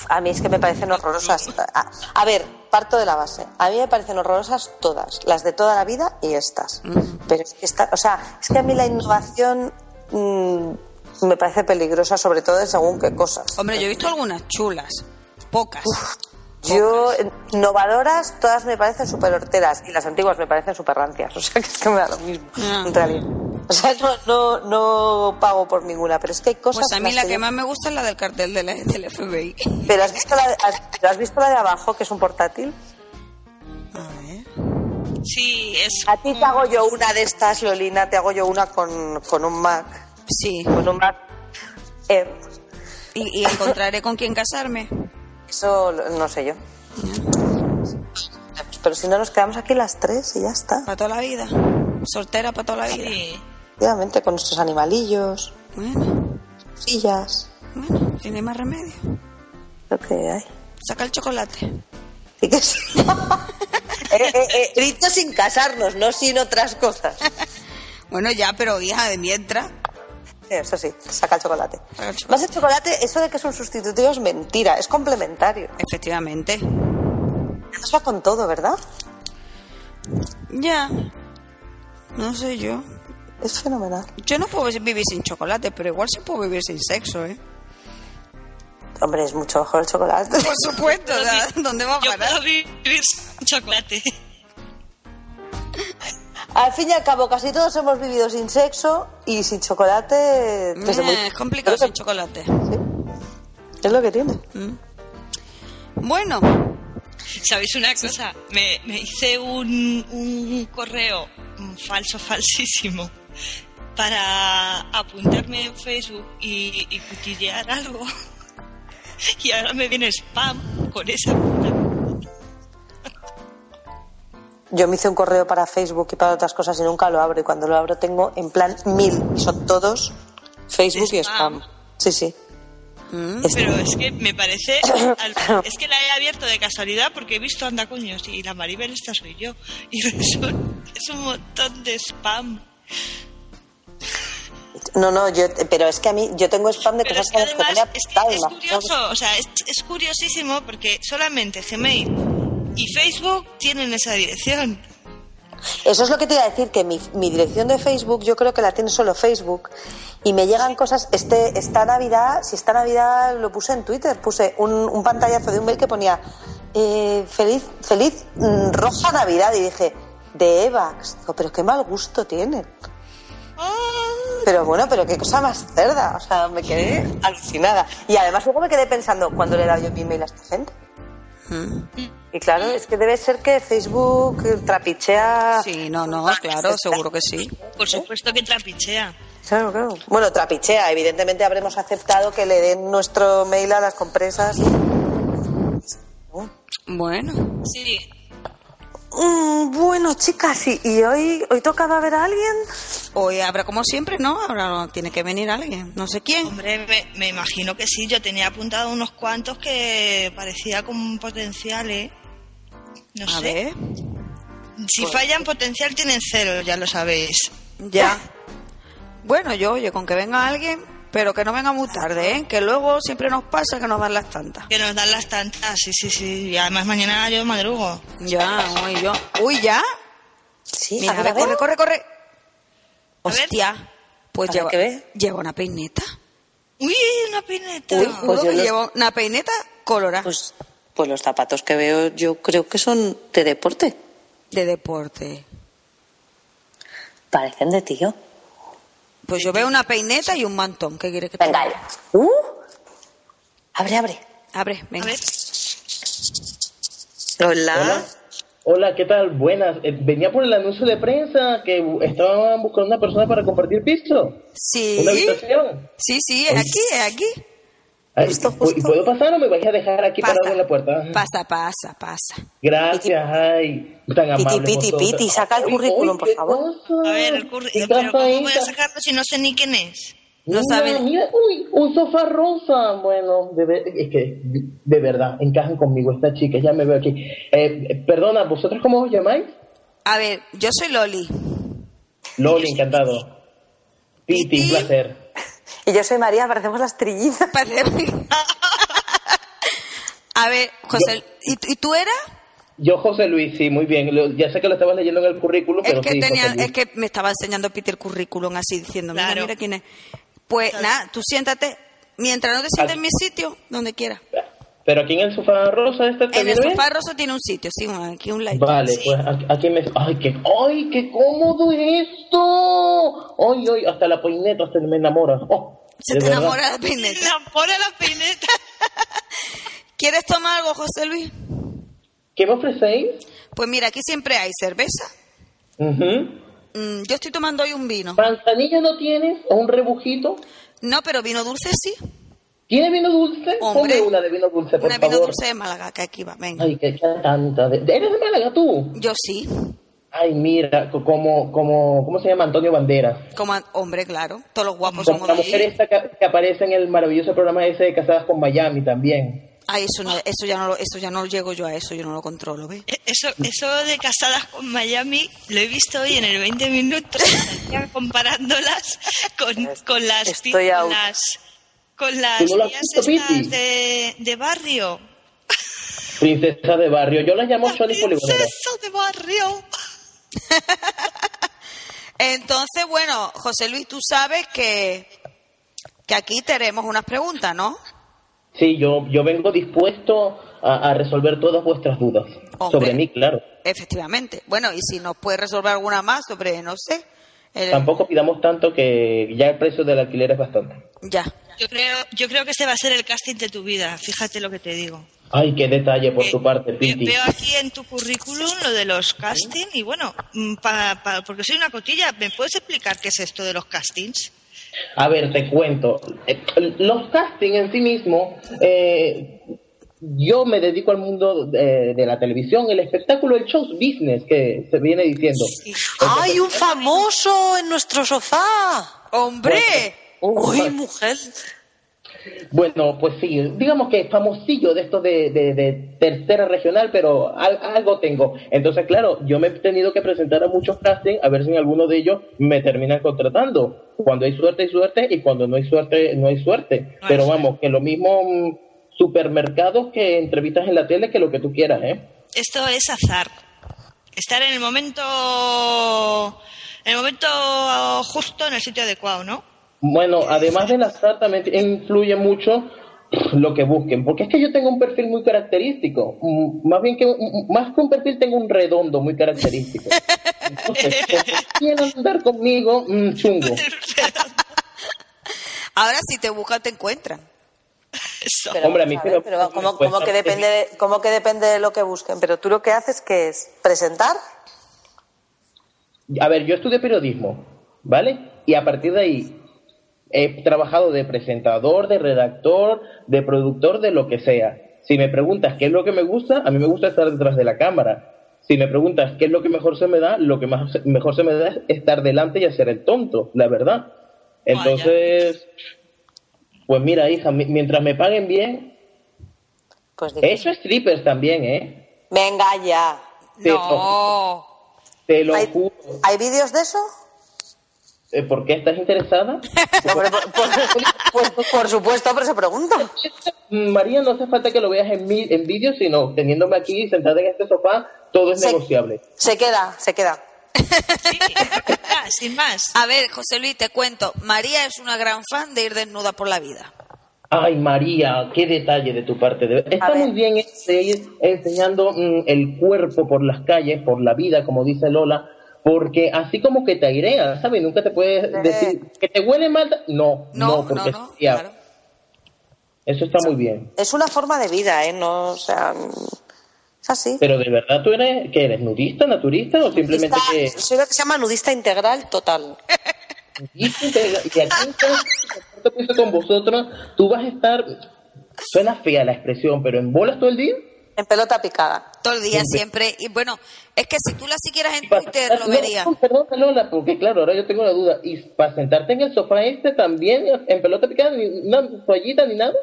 A mí es que me parecen horrorosas. A, a ver, parto de la base. A mí me parecen horrorosas todas, las de toda la vida y estas. Pero es que, esta- o sea, es que a mí la innovación mm, me parece peligrosa, sobre todo en según qué cosas.
Hombre, yo he visto algunas chulas, pocas.
Yo, eh, innovadoras, todas me parecen súper horteras y las antiguas me parecen súper rancias. O sea, que es que me da lo mismo,
Ah.
en realidad. O sea, no, no, no pago por ninguna, pero es que hay cosas...
Pues a mí
en
la
las
que
yo-
más me gusta es la del cartel de la- [LAUGHS] del FBI.
Pero has visto, la de- has- ¿pero has visto la de abajo, que es un portátil?
A ver.
Sí, es.
A ti te hago yo una de estas, Lolina, te hago yo una con, con un Mac,
Sí,
con un Mac eh, Air.
y, y encontraré con quién casarme.
Eso lo- no sé yo. Pero si no nos quedamos aquí las tres y ya está.
Para toda la vida. Soltera para toda la vida.
Sí.
Obviamente con nuestros animalillos,
Bueno,
sillas,
bueno, tiene más remedio.
lo que hay.
Saca el chocolate.
Y que sí. [LAUGHS] eh, eh, eh, grito sin casarnos, no sin otras cosas.
Bueno, ya, pero hija de mientras.
Sí, Eh, Eso sí, saca el chocolate.
Saca el chocolate.
Más el chocolate, eso de que es un sustitutivo es mentira, es complementario.
Efectivamente.
Eso va con todo, ¿verdad?
Ya. No sé yo.
Es fenomenal.
Yo no puedo vivir sin chocolate, pero igual sí puedo vivir sin sexo,
[LAUGHS]
¿eh?
Hombre, es mucho mejor el chocolate.
Por supuesto, o sea, ¿dónde va a
Yo puedo
parar?
vivir [LAUGHS] sin chocolate.
[LAUGHS] Al fin y al cabo, casi todos hemos vivido sin sexo y sin chocolate. desde
Mm,
Eh,
muy-
es complicado
Es lo
sin
que-
chocolate.
Es lo que tiene.
Bueno,
¿Sabéis una cosa? Me, me hice un, un correo mm, falso, [LAUGHS] falsísimo para apuntarme en Facebook y, y cotillear algo. [LAUGHS] Y ahora me viene spam con esa puta.
Yo me hice un correo para Facebook y para otras cosas y nunca lo abro. Y cuando lo abro tengo en plan mil. Y son todos Facebook y
Spam.
spam. Sí, sí. Es-
Pero es que me parece. al- Es que la he abierto de casualidad porque he visto anda coños y la Maribel esta soy yo. Y [LAUGHS] es un, es un montón de spam.
No, no, yo, pero es que a mí, yo tengo spam de
Pero
cosas
es que
las que
además
tenía
es, que
apuntado,
es
imagino que-
curioso, o sea, es, es curiosísimo porque solamente Gmail y Facebook tienen esa dirección.
Eso es lo que te iba a decir, que mi, mi dirección de Facebook yo creo que la tiene solo Facebook. Y me llegan cosas, este, esta Navidad, si esta Navidad lo puse en Twitter, puse un, un pantallazo de un mail que ponía eh, feliz, feliz mm, roja Navidad y dije, de Evax, Digo, pero qué mal gusto tiene. Pero bueno, pero qué cosa más cerda, o sea, me quedé alucinada. Y además luego me quedé pensando, ¿cuándo le he dado yo mi mail a esta gente? Y claro, es que debe ser que Facebook eh, trapichea
sí, no, no,
[LAUGHS]
claro, seguro que sí.
Por supuesto que trapichea.
Claro, claro. Bueno, trapichea. Evidentemente habremos aceptado que le den nuestro mail a las compresas.
Bueno,
Sí.
Mm, bueno, chicas, ¿y, y hoy, hoy tocaba ver a alguien?
hoy habrá como siempre, ¿no? Habrá, tiene que venir alguien, no sé quién.
Hombre, me, me imagino que sí. Yo tenía apuntado unos cuantos que parecía con potencial, ¿eh? No
A
sé.
ver,
Si fallan potencial tienen cero, ya lo sabéis.
ya. Bueno, yo, oye, con que venga alguien, pero que no venga muy tarde, ¿eh? Que luego siempre nos pasa que nos dan las tantas.
Que nos dan las tantas, sí, sí, sí. Y además mañana yo madrugo.
Ya, uy, yo. Uy, ya.
Sí,
Mira,
a ver, a ver.
corre, corre, corre.
A ver.
Hostia, pues
A ver,
lleva,
¿qué ve?
lleva una peineta.
¡Uy, una pineta!
Te
Uy,
juro
pues yo
que
lo-
lleva una peineta colorada
Pues, pues los zapatos que veo yo creo que son de deporte.
de deporte.
Parecen de tío.
Pues yo veo una peineta y un mantón. ¿Qué quieres que te
Venga,
diga?
ya. ¡Uh! Abre, abre.
Abre, venga.
A ver,
Hola.
Hola. Hola, ¿qué tal? Buenas. Eh, venía por el anuncio de prensa que bu- estaban buscando una persona para compartir piso.
Sí,
¿Una habitación?
sí, sí, es aquí, es aquí.
Ay,
Justo,
¿pu-
justo.
¿Puedo pasar o me vais a dejar aquí
Pasa.
parado en la puerta?
Pasa, pasa, pasa.
Gracias, ay. Tan
Piti,
amable.
piti, piti, saca el currículum, por favor.
a ver, Ah, el curri-
¿Qué
Pero
trampa
¿cómo voy a
esta?
sacarlo si no sé ni quién es?
No
Mira,
saben.
mira, uy, un sofá rosa. Bueno, de ver- es que de, de verdad encajan conmigo estas chicas. Ya me veo aquí. Eh, eh, perdona, ¿vosotros cómo os llamáis?
A ver, yo soy Loli. [LAUGHS]
Loli, encantado. Piti,
Piti.
un placer.
Y yo soy María, parecemos las trillizas.
Parece- [LAUGHS] A ver, José, ¿y, y tú eras?
Yo, José Luis, sí, muy bien. Lo- ya sé que lo estabas leyendo en el currículum,
Es
pero
que,
sí,
tenía,
José Luis.
es que me estaba enseñando Peter currículum así diciendo, mira,
Claro.
mira quién es. Pues nada, tú siéntate. Mientras no te
Ah.
sientes en mi sitio, donde quieras.
Pero aquí en el sofá rosa este
En el
viene bien?
sofá rosa tiene un sitio, sí, aquí un like.
Vale, pues a- aquí me... ¡Ay, qué, ay, qué cómodo es esto! ¡Ay, ay! Hasta la peineta hasta me enamora. Oh,
Se
de
te
verdad.
enamora la peineta.
La pone la pineta.
¿Quieres tomar algo, José Luis?
¿Qué me ofrecéis?
Pues mira, aquí siempre hay cerveza.
Ujú.
Mm, yo estoy tomando hoy un vino.
¿Manzanilla no tienes? ¿O un rebujito?
No, pero vino dulce sí.
¿Tiene vino dulce?
Hombre.
Ponme una de vino dulce, por
Una vino
favor.
dulce de Málaga, que aquí va, venga.
Ay, qué tanta. de- ¿Eres de Málaga tú?
Yo sí,
Ay, mira, co- como, como, ¿cómo se llama Antonio Banderas?
como an- hombre, claro. Todos los guapos
Como
somos de
la mujer
allí.
esta que, que aparece en el maravilloso programa ese de Casadas con Miami también.
Ay, eso, no- eso, ya no lo, eso ya no llego yo a eso, yo no lo controlo, ¿ves?
Eh, Eso, eso de casadas con Miami lo he visto hoy en el 20 minutos ya comparándolas con, con las
Estoy
con
out.
las, con las
¿Tú no lo has
tías
visto, Piti?
estas de, de barrio.
Princesa de barrio. Yo la llamo
Las
Choni Poligonera.
princesas de barrio.
Entonces, bueno, José Luis, tú sabes que, que aquí tenemos unas preguntas, ¿no?
Sí, yo, yo vengo dispuesto a, a resolver todas vuestras dudas.
Hombre.
Sobre mí, claro.
Efectivamente. Bueno, y si nos puedes resolver alguna más sobre, no sé. el-
Tampoco pidamos tanto que ya el precio del alquiler es bastante.
Ya.
Yo creo, yo creo que este va a ser el casting de tu vida, fíjate lo que te digo.
Ay, qué detalle por
Eh,
tu parte,
ve-
Piti.
Veo aquí en tu currículum lo de los castings y bueno, mm, pa- pa- porque soy una cotilla, ¿me puedes explicar qué es esto de los castings?
A ver, te cuento. Eh, Los castings en sí mismo, eh, yo me dedico al mundo de, de la televisión, el espectáculo, el show business que se viene diciendo.
¡Ay, un famoso en nuestro sofá!
¡Hombre!
Oh,
¡Uy, mujer!
Bueno, pues sí, digamos que famosillo de esto de, de- de tercera regional, pero al- algo tengo. Entonces, claro, yo me he tenido que presentar a muchos castings a ver si en alguno de ellos me terminan contratando. Cuando hay suerte, hay suerte, y cuando no hay suerte, no hay suerte.
No hay
pero
suerte.
vamos, que lo mismo mm, supermercados que entrevistas en la tele que lo que tú quieras, ¿eh?
Esto es azar. Estar en el momento, en el momento justo, en el sitio adecuado, ¿no? [LAUGHS]
Bueno, además del azar, también influye mucho lo que busquen, porque es que yo tengo un perfil muy característico, Mm, más bien que un- más que un perfil tengo un redondo muy característico.
[LAUGHS]
Entonces, como quieren andar conmigo, mm, chungo.
Ahora si te buscan te encuentran.
[LAUGHS] Eso.
Pero,
Hombre, a mí
vamos
sí
ver,
me-
pero va- ¿cómo,
pues,
cómo que
a-
depende de, cómo que depende de lo que busquen? Pero tú lo que haces que es presentar.
A ver, yo estudié periodismo, ¿vale? Y a partir de ahí he trabajado de presentador, de redactor, de productor, de lo que sea. Si me preguntas qué es lo que me gusta, a mí me gusta estar detrás de la cámara. Si me preguntas qué es lo que mejor se me da, lo que más mejor se me da es estar delante y hacer el tonto, la verdad. Entonces, pues mira, hija, mi- mientras me paguen bien,
Pues
he
dices,
hecho strippers también, ¿eh?
venga ya.
Sí,
No.
Te lo
¿Hay,
juro.
¿hay vídeos de eso?
Eh, ¿Por qué estás [LAUGHS] interesada?
Hombre, por, por- Pues, por- por supuesto, pero se pregunta.
[LAUGHS] María, no hace falta que lo veas en, mi, en vídeo, sino teniéndome aquí sentada en este sofá, todo es
Se-
negociable.
Se queda, se queda.
Sí, ya, Ah, sin más.
A ver, José Luis, te cuento. María es una gran fan de ir desnuda por la vida.
Ay, María, qué detalle de tu parte. de- Está
ver.
muy bien este, ir enseñando mm, el cuerpo por las calles, por la vida, como dice Lola, porque así como que te airea, ¿sabes? Nunca te puedes
Eh.
decir que te huele mal. No,
No,
no,
no, no.
porque ya,
claro.
eso está muy bien.
Es una forma de vida, ¿eh? No, o sea, mm, es así.
Pero de verdad tú eres, que eres nudista, naturista o simplemente
Está-
que...
Soy lo que se llama nudista integral total.
Y aquí te pienso con vosotros, tú vas a estar... Suena fea la expresión, pero en bolas todo el día.
En pelota picada.
Todo el día, siempre. Y bueno, es que si tú la siguieras en Twitter, lo verías.
No, perdón, Lola, porque claro, ahora yo tengo la duda. ¿Y para sentarte en el sofá este también, en pelota picada, ni una toallita ni nada?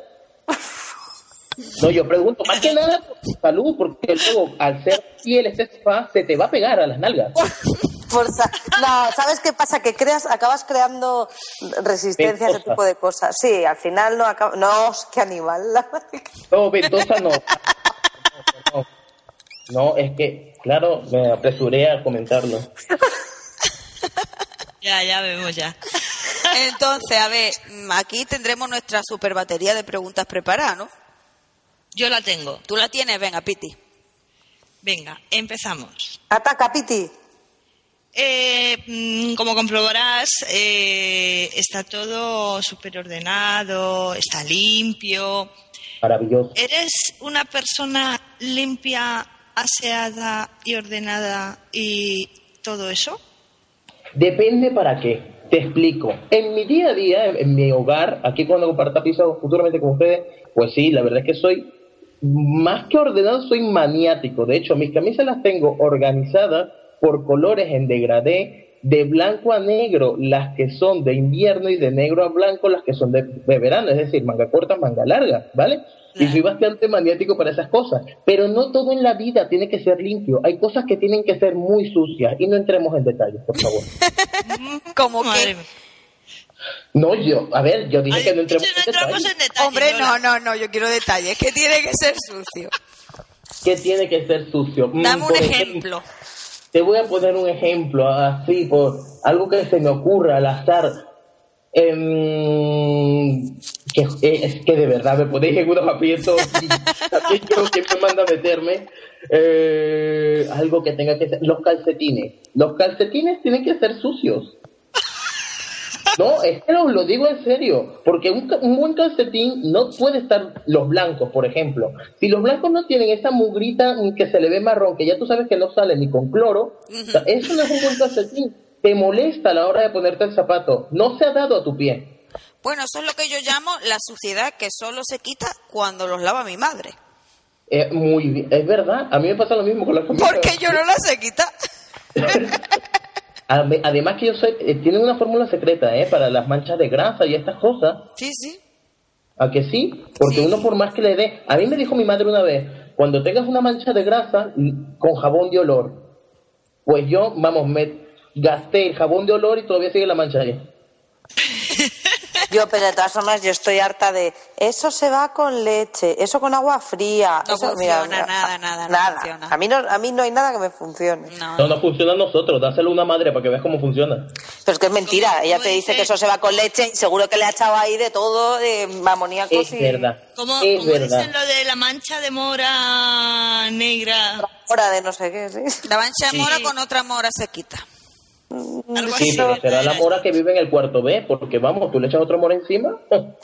No, yo pregunto, más que nada por tu salud, porque luego al ser fiel este sofá se te va a pegar a las nalgas.
Forza. No, ¿sabes qué pasa? Que creas, acabas creando resistencia a ese
Ventosa.
tipo de cosas. Sí, al final no acaba... No, qué animal. la madre que-
No, Ventosa no. No, no. No, es que, claro, me apresuré a comentarlo.
Ya, ya vemos ya.
Entonces, a ver, mm, aquí tendremos nuestra super batería de preguntas preparada, ¿no?
Yo la tengo.
Tú la tienes, venga, Piti.
Venga, empezamos.
Ataca, Piti.
Eh, mm, como comprobarás, eh, está todo súper ordenado, está limpio.
Maravilloso.
¿Eres una persona limpia, aseada y ordenada y todo eso?
Depende para qué. Te explico. En mi día a día, en, en mi hogar, aquí cuando comparta piso futuramente con ustedes, pues sí, la verdad es que soy más que ordenado, soy maniático. De hecho, mis camisas las tengo organizadas por colores en degradé, de blanco a negro las que son de invierno y de negro a blanco las que son de, de verano, es decir, manga corta, manga larga, ¿vale? Y soy bastante maniático para esas cosas. Pero no todo en la vida tiene que ser limpio. Hay cosas que tienen que ser muy sucias y no entremos en detalles, por favor.
Como
Madre
que...
mía.
No, yo, a ver, yo dije que no entremos
Ay,
en
entramos
detalle.
en detalle.
Hombre,
Lola.
no, no, no, yo quiero detalles, que tiene que ser sucio.
¿Qué tiene que ser sucio? Mm,
Dame un
por
ejemplo.
Te voy a poner un ejemplo así, por algo que se me ocurra al azar. Em, que, eh, es que de verdad me ponéis en unos aprietos y también creo que me manda a meterme Eh, algo que tenga que ser los calcetines los calcetines tienen que ser sucios No, es que lo, lo digo en serio, porque un, ca- un buen calcetín no puede estar los blancos, por ejemplo. Si los blancos no tienen esa mugrita mm, que se le ve marrón, que ya tú sabes que no sale ni con cloro, o sea, eso no es un buen calcetín. Te molesta a la hora de ponerte el zapato. No se ha dado a tu pie.
Bueno, eso es lo que yo llamo la suciedad que solo se quita cuando los lava mi madre.
Eh, muy bien, es verdad. A mí me pasa lo mismo con las camisas.
Porque yo no la sé quitar.
Ade- Además que yo soy, eh, tienen una fórmula secreta, ¿eh? Para las manchas de grasa y estas cosas.
Sí, sí.
¿A que sí? Porque uno por más que le dé... A mí me dijo mi madre una vez, cuando tengas una mancha de grasa mm, con jabón de olor, pues yo, vamos, me gasté el jabón de olor y todavía sigue la mancha ahí.
Yo, pero de todas formas, yo estoy harta de eso se va con leche, eso con agua fría.
No
eso-
funciona, nada, nada, no funciona. Mm.
A mí no, a mí no hay nada que me funcione.
No.
No, no funciona a nosotros, dáselo a una madre para que veas cómo funciona.
Pero es que es mentira.
Como-
Ella
como
te dice
dice-
que eso se va con leche y seguro que le ha echado ahí de todo, de amoníacos
Es
y
verdad.
Como,
es
como
verdad.
dicen lo de la mancha de mora negra.
hora de no sé qué, sí.
La mancha de
Sí.
mora con otra mora se quita.
Algo
Sí,
así.
pero será la mora que vive en el cuarto B, porque vamos, tú le echas otro mora encima. oh.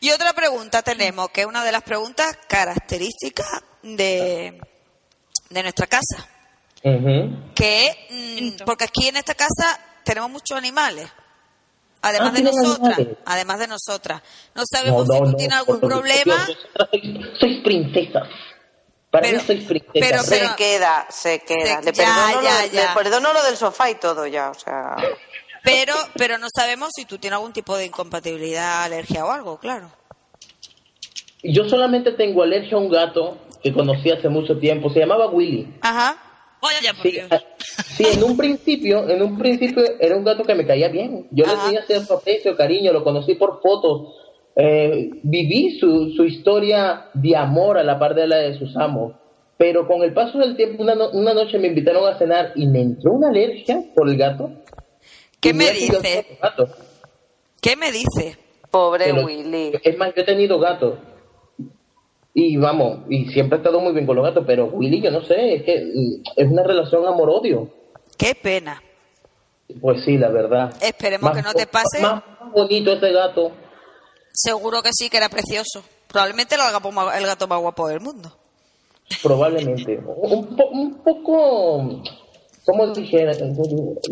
Y otra pregunta tenemos, que es una de las preguntas características de, de nuestra casa.
Ujú.
Que es, mm, porque aquí en esta casa tenemos muchos animales. Además
Ah,
de
tienen
nosotras.
animales.
Además de nosotras. No
No,
sabemos
no,
si tú
no.
tienes algún
por Dios,
problema.
vosotras sois, sois princesas. Para
Pero-
mí sois princesas.
pero-
Se
pero-
queda, se queda.
Se-
le,
ya,
perdono lo,
ya,
de-
ya.
le perdono lo del sofá y todo ya, o sea.
Pero, pero no sabemos si tú tienes algún tipo de incompatibilidad, alergia o algo, claro.
Yo solamente tengo alergia a un gato que conocí hace mucho tiempo, se llamaba Willy.
Ajá.
Vaya, por
Sí,
Dios.
a- sí, en un principio, en un principio era un gato que me caía bien. Yo le
Ajá.
tenía cierto aprecio, cariño, lo conocí por fotos. Eh, viví su, su historia de amor a la par de la de sus amos. Pero con el paso del tiempo, una, no- una noche me invitaron a cenar y me entró una alergia por el gato.
¿Qué
Y
me
mira que yo
dices?
tengo gato.
¿Qué me dice?
Pobre
Pero-
Willy.
Es más, yo he tenido gato. Y vamos, y siempre he estado muy bien con los gatos, pero Willy, yo no sé, es que mm, es una relación amor-odio.
Qué pena.
Pues sí, la verdad.
Esperemos que no te pase.
Más bonito ese gato.
Seguro que sí, que era precioso. Probablemente era el gato más, el gato más guapo del mundo.
Probablemente. Un, po- un poco, como dijera,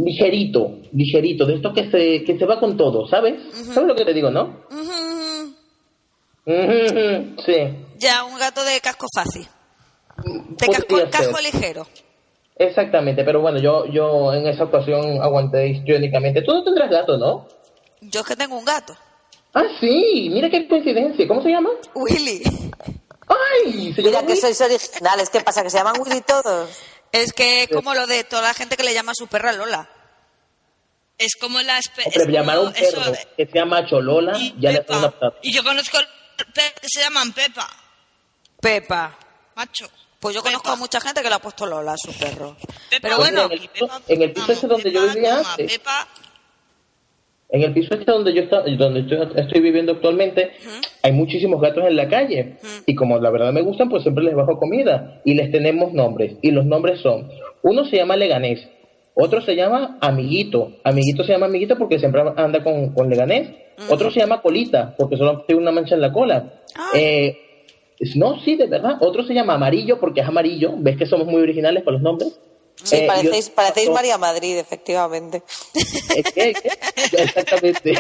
ligerito, ligerito, de esto que se, que se va con todo, ¿sabes? ¿Sabes lo que te digo, no?
Ujú.
Ujú, Sí.
Ya, un gato de casco fácil. De
Podría
casco,
ser.
casco ligero.
Exactamente, pero bueno, yo, yo en esa ocasión aguanté histriónicamente. Tú no tendrás gato, ¿no?
Yo es que tengo un gato.
Ah, sí, mira qué coincidencia. ¿Cómo se llama?
Willy.
¡Ay! Se
Mira
llama
que
Will.
sois originales. ¿Qué pasa? ¿Que se llaman Willy todos?
Es que es como lo de toda la gente que le llama a su perra Lola.
Es como la espe-
Hombre,
es como
llamar a un
eso, eh.
perro que se llama Cholola,
y
ya le
Pepa.
hace una patada.
Y yo conozco perros que se llaman Pepa,
Pepa.
macho.
Pues yo conozco a mucha gente que le ha puesto Lola a su perro.
Pepa,
Pero
Pues
bueno,
en el piso- en el piso ese donde yo
Pepa,
vivía
toma,
antes.
Pepa,
En el piso este donde yo está, donde estoy, estoy viviendo actualmente, hay muchísimos gatos en la calle. Y como la verdad me gustan, pues siempre les bajo comida. Y les tenemos nombres. Y los nombres son, uno se llama Leganés, otro se llama Amiguito. Amiguito se llama Amiguito porque siempre anda con, con Leganés. Otro se llama Colita, porque solo tiene una mancha en la cola.
Ah.
Eh, no, sí, de verdad. Otro se llama Amarillo porque es amarillo. ¿Ves que somos muy originales con los nombres?
Sí,
Eh, y
parecéis,
otro-
parecéis
[LAUGHS]
María Madrid, efectivamente.
Es que- es
[LAUGHS]
que- Exactamente.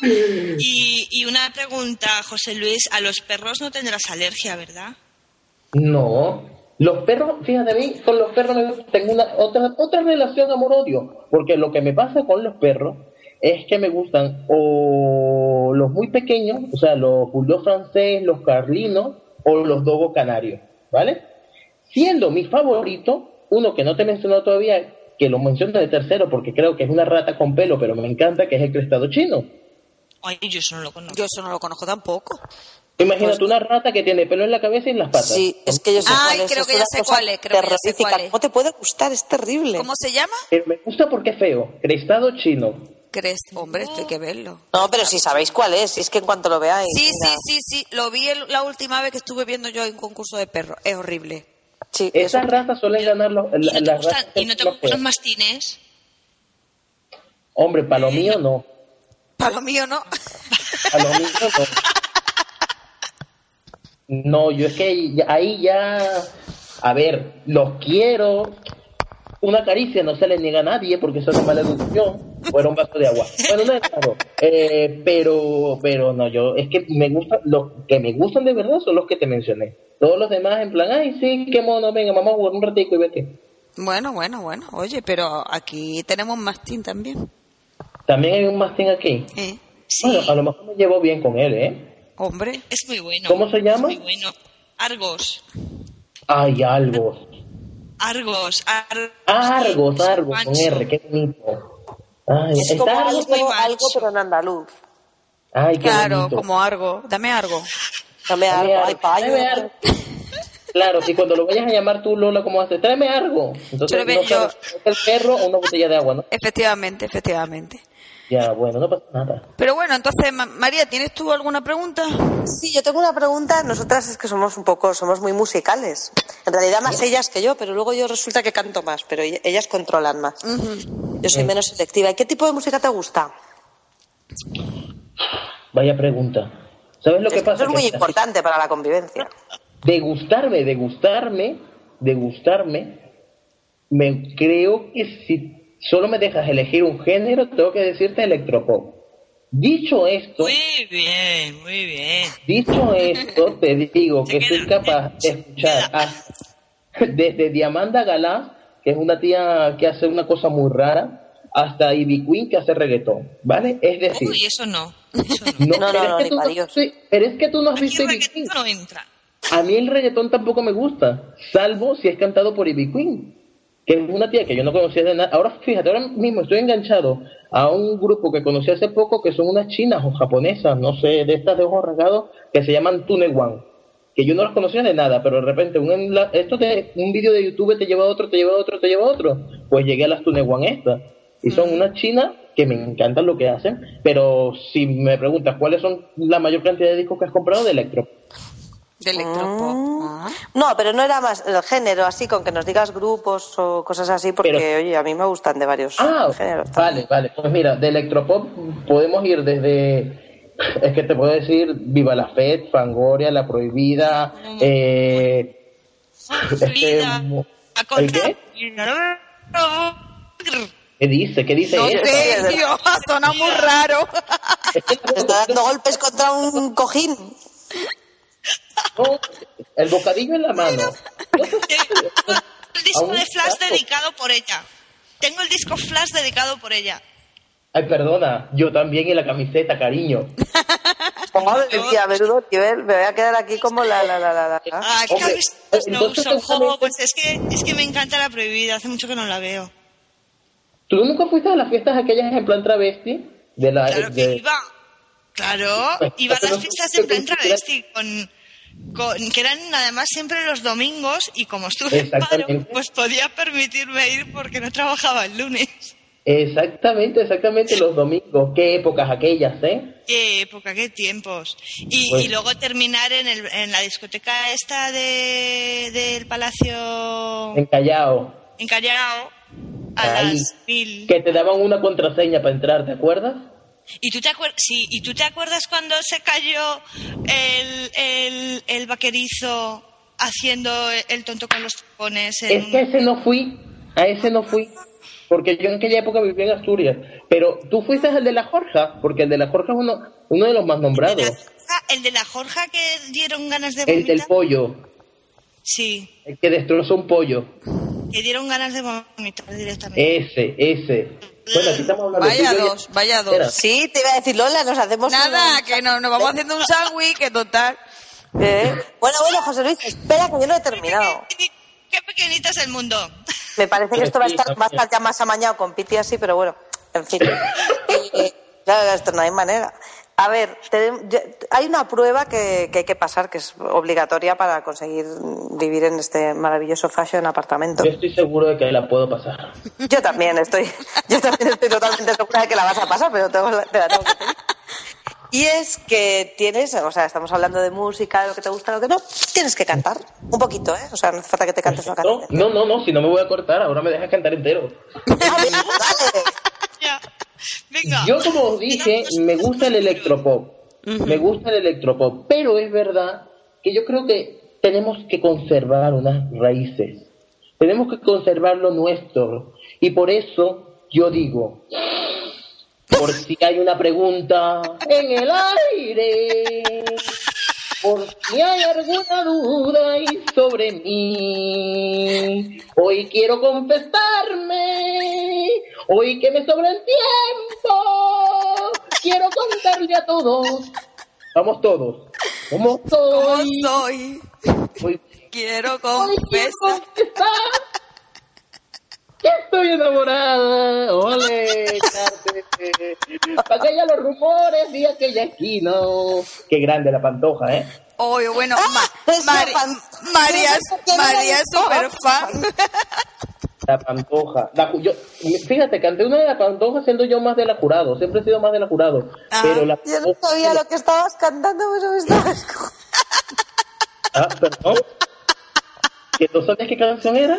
Y, y una pregunta, José Luis, a los perros no tendrás alergia, ¿verdad?
No. Los perros, fíjate a mí, con los perros me- tengo una, otra, otra relación amor-odio. Porque lo que me pasa con los perros es que me gustan o los muy pequeños, o sea, los bulldog francés, los carlinos o los dogo canarios, ¿vale? Siendo mi favorito, uno que no te he mencionado todavía, que lo menciono de tercero porque creo que es una rata con pelo, pero me encanta, que es el crestado chino.
Ay, yo eso no lo conozco.
yo eso no lo conozco tampoco.
Imagínate una rata que tiene pelo en la cabeza y en las patas.
Pues Sí, es que yo sé
Ay,
cuál es.
creo
es
que ya
una
sé
cosa
cuál es, creo que ya sé
terrorífica.
cuál es.
¿Cómo te puede gustar? Es terrible.
¿Cómo se llama?
Pero Eh, me gusta porque es feo. Crestado chino.
Crest. Hombre, esto hay que verlo.
No, pero si sabéis cuál es, si es que en cuanto lo veáis.
Sí, sí,
mira.
sí, sí. Lo vi el- la última vez que estuve viendo yo en un concurso de perros. Es horrible.
Sí,
Esas razas suelen ganar los,
¿Y no te
las
gustan,
razas que
y no te
son
gustan
feas.
mastines?
Hombre, para lo mío no.
Para lo mío, ¿no? [LAUGHS]
Para lo mío no. No, yo es que ya- ahí ya. A ver, los quiero. Una caricia no se le niega a nadie porque eso es una mala educación. Fuera un vaso de agua. Bueno, no es claro. Eh, pero, pero no, yo. Es que me gustan. Los que me gustan de verdad son los que te mencioné. Todos los demás, en plan, ay, sí, qué mono, venga, vamos a jugar un ratico y vete.
Bueno, bueno, bueno. Oye, pero aquí tenemos mastín también.
También hay un mastín aquí.
¿Eh?
Sí,
Bueno, a lo mejor me llevo bien con él, ¿eh?
Hombre.
es muy bueno.
¿Cómo se llama?
Es muy bueno. Argos,
Ay, Argos.
Argos, Argos.
Ah, Argos,
Es un
Argos, con
manso.
R, qué bonito. Ay,
Es
está
como
Argos.
muy
algo,
macho.
algo, pero en andaluz.
Ay, qué
Claro,
bonito.
como algo. Dame algo.
Dame
Tráeme
algo, ay,
Argos, tráeme
payo.
Argos. Claro, y cuando lo vayas a llamar tú, Lola, ¿cómo haces? Tráeme algo.
Yo lo
Entonces,
ve-
no sabes,
yo-
¿es el perro o una botella de agua, ¿no?
Efectivamente, efectivamente.
Ya, bueno, no pasa nada.
Pero bueno, entonces, Ma- María, ¿tienes tú alguna pregunta?
Sí, yo tengo una pregunta. Nosotras es que somos un poco, somos muy musicales. En realidad más ellas que yo, pero luego yo resulta que canto más, pero ell- ellas controlan más. Yo soy menos selectiva. ¿Y qué tipo de música te gusta?
Vaya pregunta. ¿Sabes lo que
Es que
pasa?
Eso es muy
Que-
importante para la convivencia.
degustarme, degustarme, degustarme, me creo que si solo me dejas elegir un género, tengo que decirte electropop. Dicho esto,
Muy bien, muy bien.
dicho
[LAUGHS]
esto, te digo que soy capaz de escuchar a- desde Diamanda Galá, que es una tía que hace una cosa muy rara, hasta Ivy Queen que hace reggaetón, ¿vale? Es decir,
Uy, eso no. Eso no.
no,
No, no,
pero, es
no,
que
ni
tú
pa'
no-
Dios.
sí, pero es que tú no has
Aquí
visto Ivy Queen.
reggaetón no entra.
A mí el reggaetón tampoco me gusta, salvo si es cantado por Ivy Queen, que es una tía que yo no conocía de nada. Ahora fíjate, ahora mismo estoy enganchado a un grupo que conocí hace poco que son unas chinas o japonesas, no sé, de estas de ojos rasgados, que se llaman Tune One, que yo no los conocía de nada, pero de repente un, enla- esto te- un vídeo de YouTube te lleva a otro, te lleva a otro, te lleva a otro. Pues llegué a las Tuneguan estas. Y son unas chinas que me encantan lo que hacen, pero si me preguntas cuáles son la mayor cantidad de discos que has comprado de Electro,
De electropop. Ah.
No, pero no era más el género, así, con que nos digas grupos o cosas así, porque,
Pero-
oye, a mí me gustan de varios
Ah,
géneros.
vale, vale. Pues mira, de electropop podemos ir desde. Es que te puedo decir Viva la Fed, Fangoria, La Prohibida.
Mm.
Eh,
Lida,
mo-
a contar.
Este, mm, ¿El ¿Qué dice? ¿Qué dice
No
ella? [LAUGHS]
sé, Dios, suena muy raro.
Es que
Te Está dando golpes contra un cojín.
no, el bocadillo en la mano.
El disco
Aún
de Flash
tanto.
dedicado por ella. Tengo el disco Flash dedicado por ella.
Ay, perdona, yo también en la camiseta, cariño.
Madre mía, menudo nivel, me voy a quedar aquí como la, la, la, la, la.
Ay,
Hombre,
Ah, que
Ah, eh,
no
entonces
uso
seguramente-
jo, pues es que, es que me encanta la prohibida, hace mucho que no la veo.
¿Tú nunca fuiste a las fiestas aquellas en plan travesti? De la,
Claro que
Ah, de-
iba. Claro, iba a las fiestas en plan travesti, con, con- que eran además siempre los domingos y como estuve en paro,
Exactamente.
pues podía permitirme ir porque no trabajaba el lunes.
Exactamente, exactamente los domingos. Qué épocas aquellas, ¿eh?
Qué época, qué tiempos. Y,
Bueno.
y luego terminar en, el, en la discoteca esta de, del Palacio
En Callao.
en Callao a
Ahí.
las mil.
Que te daban una contraseña para entrar, ¿te acuerdas?
¿Y tú te, acuer- sí, ¿Y tú te acuerdas cuando se cayó el, el, el vaquerizo haciendo el tonto con los tacones? en
Es que a
un-
ese no fui, a ese no fui, porque yo en aquella época vivía en Asturias. Pero tú fuiste al de la Jorja, porque el de la Jorja es uno, uno de los más
el, de la
nombrados.
Jorja, el de la Jorja que dieron ganas de
El del
vomitar.
pollo,
sí,
el que destrozó un pollo.
que dieron ganas de vomitar directamente.
Ese, ese. Bueno, aquí estamos hablando
Vaya
tú y yo-
dos, vaya dos.
Espera.
Sí, te iba a decir, Lola, nos hacemos [LAUGHS]
Nada,
un-
que no, nos vamos haciendo un sándwich, que total.
¿Eh? Bueno, bueno, José Luis, espera que yo no he terminado.
Eh.
Qué pequeñito es el mundo. [LAUGHS]
Me parece que esto va a estar,
Sí,
va a estar ya más amañado con Piti así, pero bueno, en fin. Eh, eh, claro, esto no hay manera. A ver, te- yo- hay una prueba que, que hay que pasar, que es obligatoria para conseguir vivir en este maravilloso fashion apartamento.
Yo estoy seguro de que la puedo pasar.
Yo también estoy, [LAUGHS] yo también estoy totalmente segura de que la vas a pasar, pero tengo la- te la tengo que pedir. Y es que tienes, o sea, estamos hablando de música, de lo que te gusta, lo que no, tienes que cantar un poquito, ¿eh? O sea, no hace falta que te cantes una
No,
canción.
no, no, no, si no me voy a cortar, ahora me dejas cantar entero.
Vale, vale.
Ya. Venga.
Yo como os dije, me gusta el electropop. Me gusta el electropop, pero es verdad que yo creo que tenemos que conservar unas raíces. Tenemos que conservar lo nuestro. Y por eso yo digo, por si hay una pregunta en el aire, por si hay alguna duda y sobre mí, hoy quiero confesarme, hoy que me sobra el tiempo, quiero contarle a todos. Vamos todos. Vamos
¿Cómo
todos.
soy?
Hoy
Quiero
Ay, quiero
confesar.
confesar que estoy enamorada. Ole, Carte. Pa' que ya los rumores y aquella esquina. Qué grande la pantoja, ¿eh?
Oye, bueno,
Ah,
Ma-
es la
Mari-
fan-
María,
es la que tiene la
María es super fan.
La pantoja. La ju- yo- fíjate, canté una de la pantoja siendo yo más de la jurado. Siempre he sido más de la jurado.
Ah,
pero la
Yo no sabía lo que estabas cantando, pero me estabas...
Ah, perdón. ¿Que no sabías qué canción era?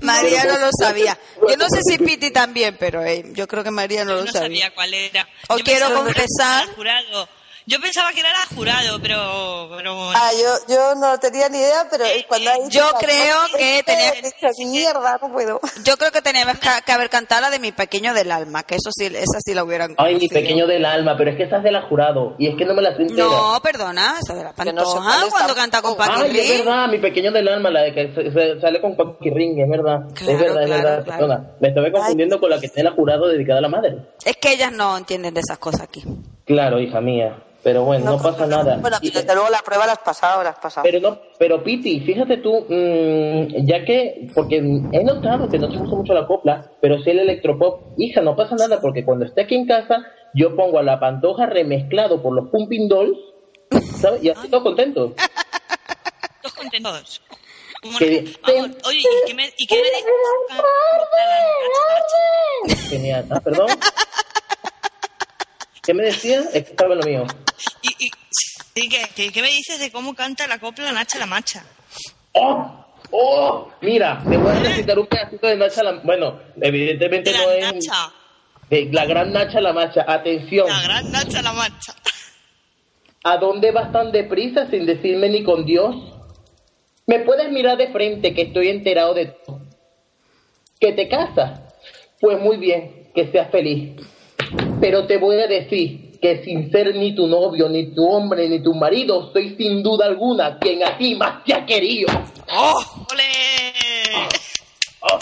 María
Pero
no lo
vos-
sabía. Yo no sé
[LAUGHS]
si Piti también, pero eh, yo creo que María no lo
no
sabía.
sabía cuál era.
Os
Yo
quiero
pensaba que
confesar-
era jurado. Yo pensaba que era la jurado, pero, pero bueno.
Ah, yo, yo no tenía ni idea, pero cuando ha dicho
Yo
la
creo
voz,
que
he
tenía-
dicho, mierda, no puedo.
Yo creo que teníamos que, que haber cantado la de mi pequeño del alma, que eso sí, esa sí la hubieran
Ay, mi
conocido.
pequeño del alma, pero es que esa es de la jurado. Y es que no me la sé entera.
No, perdona, esa de la
no sé
pantoja,
cuál es
cuando
tampoco.
canta con
Ay, es
Paquirri.
verdad, mi pequeño del alma, la de que se- se- sale con Cocky Ring, es verdad.
Claro,
es verdad, es
claro,
verdad,
claro.
perdona. Me estaba confundiendo con la que tiene la jurado dedicada a la madre.
Es que ellas no entienden de esas cosas aquí.
Claro, hija mía. Pero bueno, no, pasa nada.
Bueno,
Y- eh,
pero desde luego la prueba la has pasado, la has pasado.
pero no, pero Piti, fíjate tú, mm, ya que, porque he notado que no te gusta mucho la copla, pero si el electropop, hija, no pasa nada, porque cuando esté aquí en casa, yo pongo a la pantoja remezclado por los Pumping Dolls, ¿sabes? Y así todo contento.
contentos. Como-
Que-
vamos, oye, ¿y qué me, y qué me dices? Ah, la-
Genial. Ah, perdón. ¿Qué me decía? Es que estaba en lo mío.
¿Y, y, y qué, qué- qué me dices de cómo canta la copla Nacha la Macha?
¡Oh! ¡Oh! Mira, te voy a recitar un pedacito de Nacha la... Bueno, evidentemente
De la
no es...
Nacha,
De la gran Nacha la Macha. Atención.
la gran Nacha la Macha.
¿A dónde vas tan deprisa sin decirme ni con Dios? Me puedes mirar de frente que estoy enterado de todo. ¿Que te casas? Pues muy bien, que seas feliz. Pero te voy a decir que sin ser ni tu novio, ni tu hombre, ni tu marido, soy sin duda alguna quien a ti más te ha querido.
¡Oh! ¡Ole!
Ah.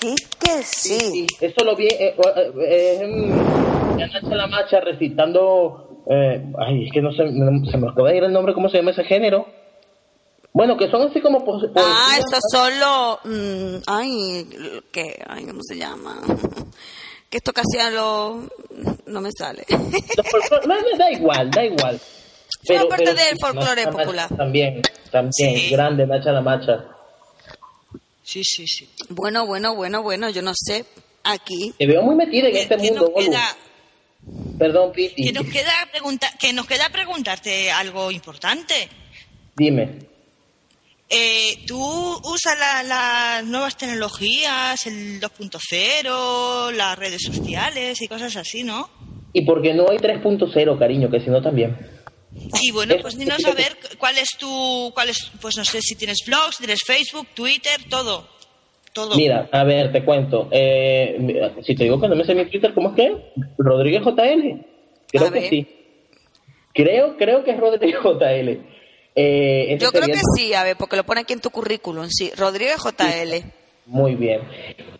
Sí que sí.
Sí, eso lo vi eh, eh, eh, en en Nacha la Macha recitando. eh, ay, es que no sé, no- se me acaba de ir el nombre, ¿cómo se llama ese género? Bueno, que son así como. po-
Ah,
poesías,
esos son los... mm, ay, ¿qué? Ay, ¿cómo se llama? [LAUGHS] Que esto casi a los... No me sale. [LAUGHS]
¿no? Los folclor- no, no, da igual, da igual.
parte del
sí,
folclore
Nacha la Macha
popular.
También, también,
Sí.
grande Nacha la Macha.
Sí, sí, sí.
bueno, bueno, bueno, bueno, yo no sé. Aquí.
Te veo muy metida en
¿Qué-
este
qué
mundo,
nos
Golu.
queda?
Perdón, Piti.
Que nos queda, pregunta- que nos queda preguntarte algo importante.
Dime.
Eh, ¿Tú usas la- las nuevas tecnologías, el 2.0, las redes sociales y cosas así, no?
¿Y por qué no hay 3.0, cariño? Que si no, también.
Y bueno, pues dinos a ver cuál es tu, cuál es, pues no sé si tienes blogs, tienes Facebook, Twitter, todo, todo.
Mira, a ver, te cuento. Eh, mira, si te digo que no me sé mi Twitter, ¿cómo es que? Rodríguez JL. Creo
A
que
ver.
sí. Creo, creo que es Rodríguez JL. Eh, ese
Yo creo
sería
que
el-
sí, a ver, porque lo pone aquí en tu currículum, sí. Rodríguez JL.
Muy bien.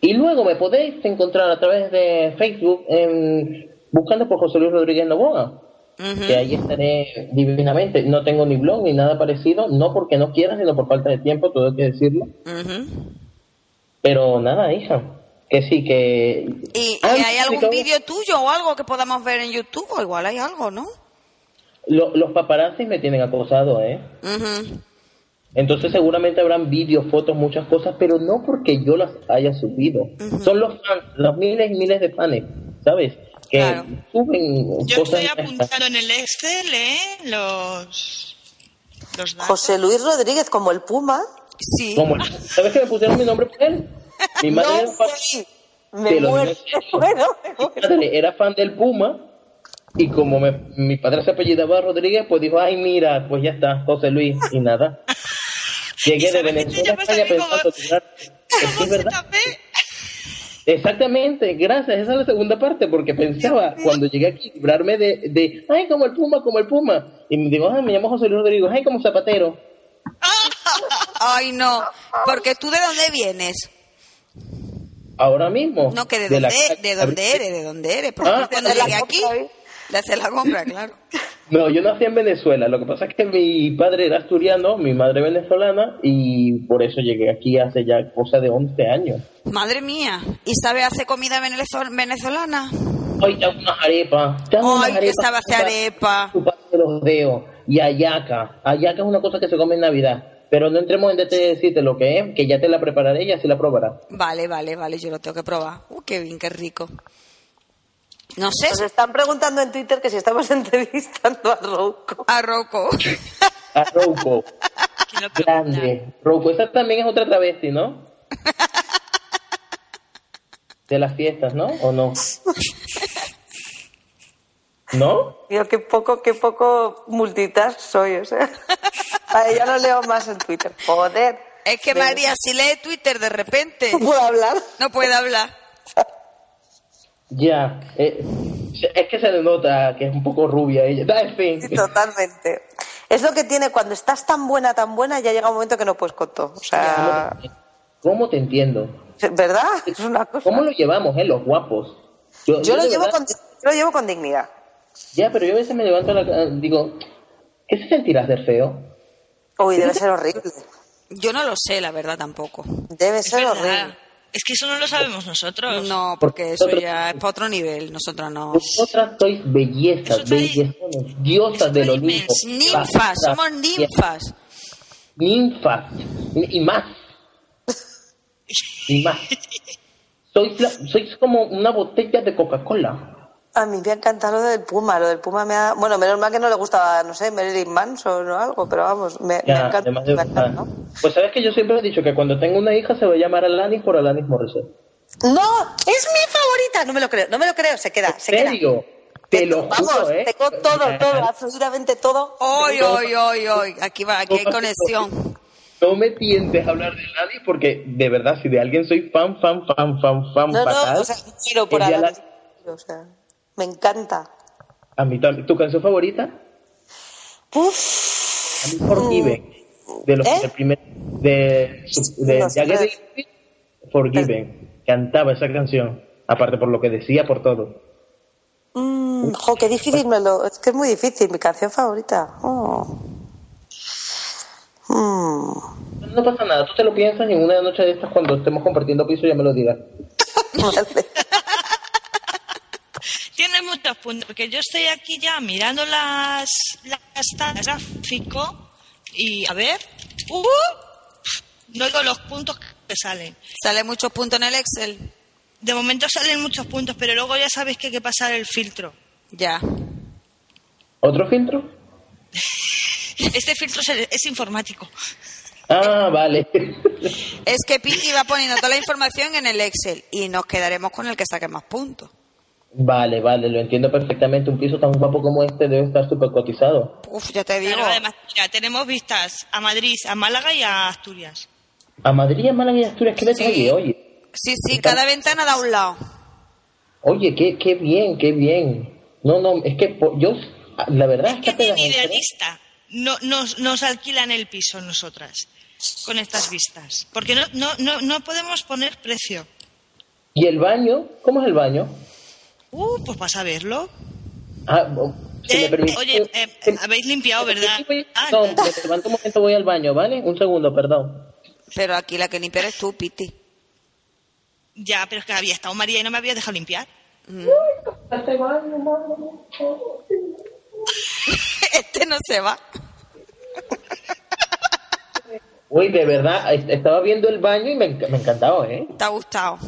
Y luego me podéis encontrar a través de Facebook en- buscando por José Luis Rodríguez Novoa.
Ujú.
Que ahí estaré divinamente. No tengo ni blog ni nada parecido. No porque no quiera, sino por falta de tiempo, todo hay que decirlo.
Ujú.
Pero nada, hija. Que sí, que.
¿Y, y
Ah,
hay
sí,
algún
cómo-
vídeo tuyo o algo que podamos ver en YouTube? O igual hay algo, ¿no?
Lo- los paparazzis me tienen acosado, ¿eh?
Ujú.
Entonces seguramente habrán vídeos, fotos, muchas cosas, pero no porque yo las haya subido. Son los fans, los miles y miles de fans, ¿sabes? Que
Claro.
suben
Yo
cosas.
estoy apuntando en el Excel, ¿eh? Los, los datos.
José Luis Rodríguez como el Puma.
Sí.
Como el- ¿Sabes que me pusieron mi nombre por él? Mi madre, era, fan,
Me
Te lo
muero,
digo en
me muero, me
mi
muero.
padre era fan del Puma y como me- mi padre se apellidaba Rodríguez, pues dijo, ay mira, pues ya está, José Luis y nada. Llegué de
sabes que te
Venezuela a
llamas
España
así como-
pensando, claro, es que es
José
verdad.
Tapé.
Exactamente, gracias. Esa es la segunda parte, porque pensaba cuando llegué aquí librarme de, de, ay, como el Puma, como el Puma. Y me digo, ay, me llamo José Luis Rodríguez, ay, como Zapatero.
Ay, no. Porque tú de dónde vienes.
Ahora mismo.
No, que de,
la-
dónde, de dónde eres, de dónde eres. Porque
Ah.
yo cuando
De la
llegué aquí,
compra, ¿eh?
de hacer la compra, claro.
No, yo nací en Venezuela. Lo que pasa es que mi padre era asturiano, mi madre venezolana, y por eso llegué aquí hace ya cosa de 11 años.
Madre mía. ¿Y sabe hacer comida venezol- venezolana?
Ay, ya unas arepas. ya unas
Ay, que
arepas,
sabe hacer arepa.
chuparse los dedos y ayaca. Ayaca es una cosa que se come en Navidad. Pero no entremos en detalle de decirte lo que es, que ya te la prepararé y así la probarás.
Vale, vale, vale, yo lo tengo que probar. Uh, qué bien, qué rico. No sé,
Nos están preguntando en Twitter que si estamos [LAUGHS] entrevistando a Rouco.
a Rocco.
A Rouco,
¿Quién lo pregunta?
grande. Rouco, esa también es otra travesti, ¿no? De las fiestas, ¿no? ¿O no? ¿No?
Yo qué poco, qué poco multitask soy, o sea. Vale, ya no leo más en Twitter. Joder,
Es que María, si lee Twitter de repente,
no puedo hablar.
no puede hablar.
Ya. eh, es que se le nota que es un poco rubia ella. Da, en fin.
Sí, totalmente. Es lo que tiene cuando estás tan buena, tan buena, ya llega un momento que no puedes con todo. O sea,
¿Cómo te entiendo?
¿verdad? Es una cosa.
¿Cómo lo llevamos, eh, los guapos?
Yo lo
de
llevo
verdad-
con, yo lo llevo con dignidad.
Ya, pero yo a veces me levanto a la... Digo, ¿qué se sentirá ser feo?
Uy, debe ser horrible.
Yo no lo sé, la verdad, tampoco.
Debe
Es
ser
verdad.
horrible.
Ah, Es que eso no lo sabemos nosotros.
No, porque eso ya es para otro nivel. Nosotras no.
Vosotras sois bellezas,
Eso trae-
bellezones, diosas del
trae
Olimpo.
inmensidad.
Ninfas,
Vastas,
somos ninfas.
ninfas y más. Y más. Sois, la- sois como una botella de Coca-Cola.
A mí me ha encantado lo del Puma, lo del Puma me ha... Bueno, menos mal que no le gustaba, no sé, Marilyn Manson o algo, pero vamos, me, me
Ya,
ha encantado.
además de-
me ha encantado.
Pues sabes que yo siempre he dicho que cuando tenga una hija se va a llamar Alanis por Alanis Morissette.
¡No! ¡Es mi favorita! No me lo creo, no me lo creo, se queda, se queda.
serio? Te lo juro,
Vamos,
¿eh?
tengo
[LAUGHS]
todo, todo, absolutamente todo.
Hoy, hoy, hoy, hoy. Aquí va, aquí hay conexión.
No me tientes a hablar de Alanis porque, de verdad, si de alguien soy fan, fan, fan, fan, fan,
No,
fatal,
no, o sea, tiro por
es de
ahora.
Alanis.
O sea, me encanta.
A mí también. ¿Tu canción favorita?
Uf,
A mí Forgiven. De los
¿Eh?
del primer. De, de
No sé,
Jagged
no.
Edge, Forgiven. Cantaba esa canción. Aparte por lo que decía, por todo.
mm, jo, qué difícil me lo... Es que es muy difícil, mi canción favorita. Oh. Mm. [LAUGHS]
No pasa nada, tú te lo piensas y en una noche de estas cuando estemos compartiendo piso ya me lo digas.
Vale.
Tiene muchos puntos, porque yo estoy aquí ya mirando las las tablas gráfico y a ver, uh, no digo los puntos que salen.
Sale muchos puntos en el Excel.
De momento salen muchos puntos, pero luego ya sabéis que hay que pasar el filtro.
Ya.
¿Otro filtro?
Este filtro es, es informático.
Ah, vale. [LAUGHS]
Es que Piki va poniendo toda la información en el Excel y nos quedaremos con el que saque más puntos.
vale, vale, lo entiendo perfectamente. Un piso tan guapo como este debe estar súper cotizado.
Uf, ya te digo.
Claro, además, mira, tenemos vistas a Madrid, a Málaga y a Asturias.
A Madrid, a Málaga y Asturias, qué detalle, oye.
Sí, sí, cada ventana da un lado.
Oye, qué, qué bien, qué bien. No, no, es que po- yo, la verdad es que
¿Qué
apenas
tiene
entré-
idealista? No, nos, nos alquilan el piso nosotras con estas vistas. Porque no, no, no, no podemos poner precio.
¿Y el baño? ¿Cómo es el baño?
Uh, pues vas a verlo.
Ah, bo- si
Eh,
me permite-
oye, eh,
si-
habéis limpiado,
si-
¿verdad? Ah,
No, me levanto un momento, voy al baño, ¿vale? Un segundo, perdón.
Pero aquí la que limpia eres tú, Piti. [LAUGHS]
Ya, pero es que había estado María y no me había dejado limpiar.
Este no se va.
Uy, de verdad, est- estaba viendo el baño y me, enc- me encantaba, ¿eh?
Te ha gustado.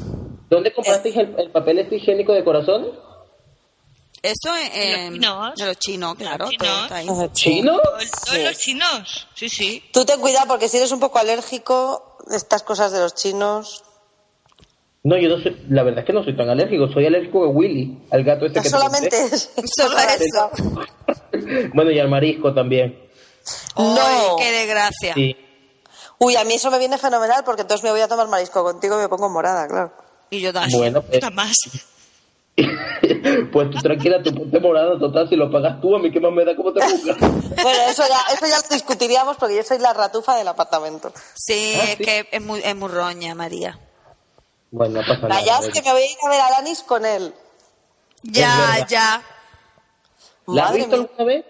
¿Dónde comprasteis el, el papel este higiénico de corazón?
Eso en,
De los chinos.
de los chinos, claro.
Los chinos.
todo está ahí.
¿Chino?
Todos los chinos. Sí, sí.
Tú ten cuidado porque si eres un poco alérgico, estas cosas de los chinos.
No, yo no soy, la verdad es que no soy tan alérgico, soy alérgico de Willy, al gato este que te
solamente es.
Solo eso.
conté. Bueno, y al marisco también.
Ay,
No.
qué desgracia.
Sí.
Uy, a mí eso me viene fenomenal porque entonces me voy a tomar marisco contigo y me pongo morada, claro.
Y yo también.
Bueno, pues,
Nada más.
pues tú tranquila, tu ponte morada total, si lo pagas tú, a mí qué más me da cómo te juzgas.
Bueno, eso ya, eso ya lo discutiríamos porque yo soy la ratufa del apartamento.
Sí,
Ah,
es
sí.
que es muy, es muy roña, María.
[LAUGHS] Bueno, no pasa nada.
Callaos que me voy a ir a ver a Alanis con él.
Ya,
verdad.
ya.
¿La has
Madre
visto
mía.
alguna vez?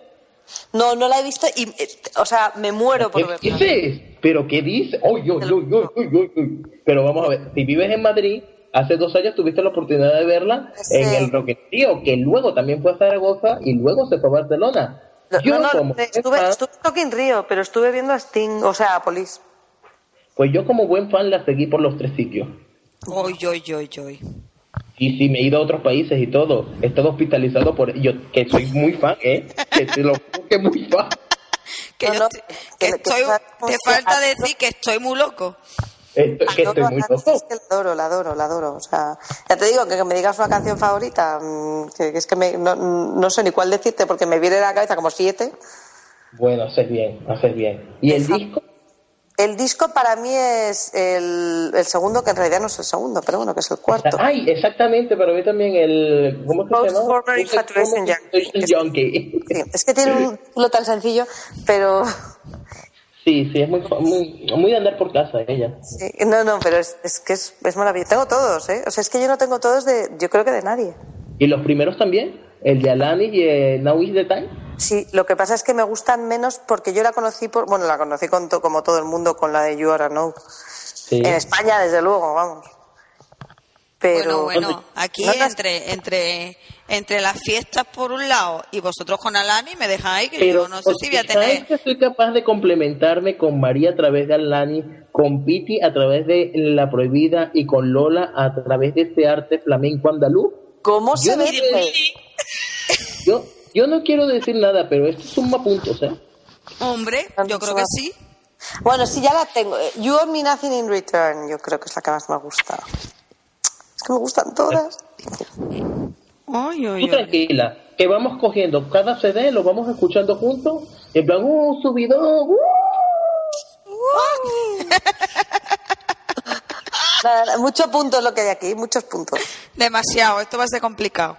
No, no la he visto y, eh, o sea, me muero por verla.
¿Qué dices? ¿Pero qué dices? ¡Oy, oy, oy, oy, oy, oy, oy! Pero vamos a ver, si vives en Madrid, hace dos años tuviste la oportunidad de verla
Sí.
en el Rock in Rio, que luego también fue a Zaragoza y luego se fue a Barcelona.
No,
Yo,
no,
como
no, estuve,
fan-
estuve en Rock in Rio, pero estuve viendo a Sting, o sea, a Police.
Pues yo como buen fan la seguí por los tres sitios.
Oy, oy, oy, oy.
Y sí, me he ido a otros países y todo. He estado hospitalizado por... Yo que soy muy fan, ¿eh? Que te lo juro que muy fan.
Que
No,
yo
no,
te-
que-
que
que
estoy-
sabemos
te
que
falta
a-
decir que estoy muy loco.
Esto- que estoy
Adoro
muy
a Alanis,
loco.
es que la adoro, la adoro, la adoro. O sea, ya te digo que, que me digas una canción favorita, mm, que, que es que me- no, no sé ni cuál decirte porque me viene a la cabeza como siete.
Bueno, haces bien, haces bien. ¿Y el disco?
El disco para mí es el, el segundo, que en realidad no es el segundo, pero bueno, que es el cuarto.
Ay, exactamente, para mí también el... ¿Cómo es que se
Post
llama?
Former Infatuation
Infatuation Junkie. [LAUGHS]
Sí, es que tiene un título tan sencillo, pero [LAUGHS]
Sí, sí, es muy, muy, muy de andar por casa ella.
sí, no, no, pero es, es que es, es maravilloso. Tengo todos, ¿eh? O sea, es que yo no tengo todos de, yo creo que de nadie.
¿Y los primeros también? El de Alanis y el Now is the Time.
Sí, lo que pasa es que me gustan menos porque yo la conocí por, bueno, la conocí con to- como todo el mundo con la de You Are a No.
Sí.
En España, desde luego, vamos. Pero
bueno, bueno, aquí
¿No te has-
entre, entre, entre las fiestas por un lado y vosotros con Alani me dejáis que
Pero
yo no sé si voy a
porque ¿sabes
tener.
que soy capaz de complementarme con María a través de Alani, con Piti a través de La Prohibida y con Lola a través de este arte flamenco andaluz?
¿Cómo se
no
dice?
sé. Yo, yo no quiero decir nada, pero esto suma puntos, ¿eh?
Hombre, yo creo que sí.
Bueno, sí, ya la tengo. Eh, You owe me nothing in return. Yo creo que es la que más me gusta. Es que me gustan todas.
Ay, ay,
Tú
ay.
tranquila, que vamos cogiendo cada CD, lo vamos escuchando juntos, en plan, ¡uh, subidón! ¡uh!
Nada, nada, Muchos puntos lo que hay aquí, muchos puntos.
Demasiado, esto va a ser complicado.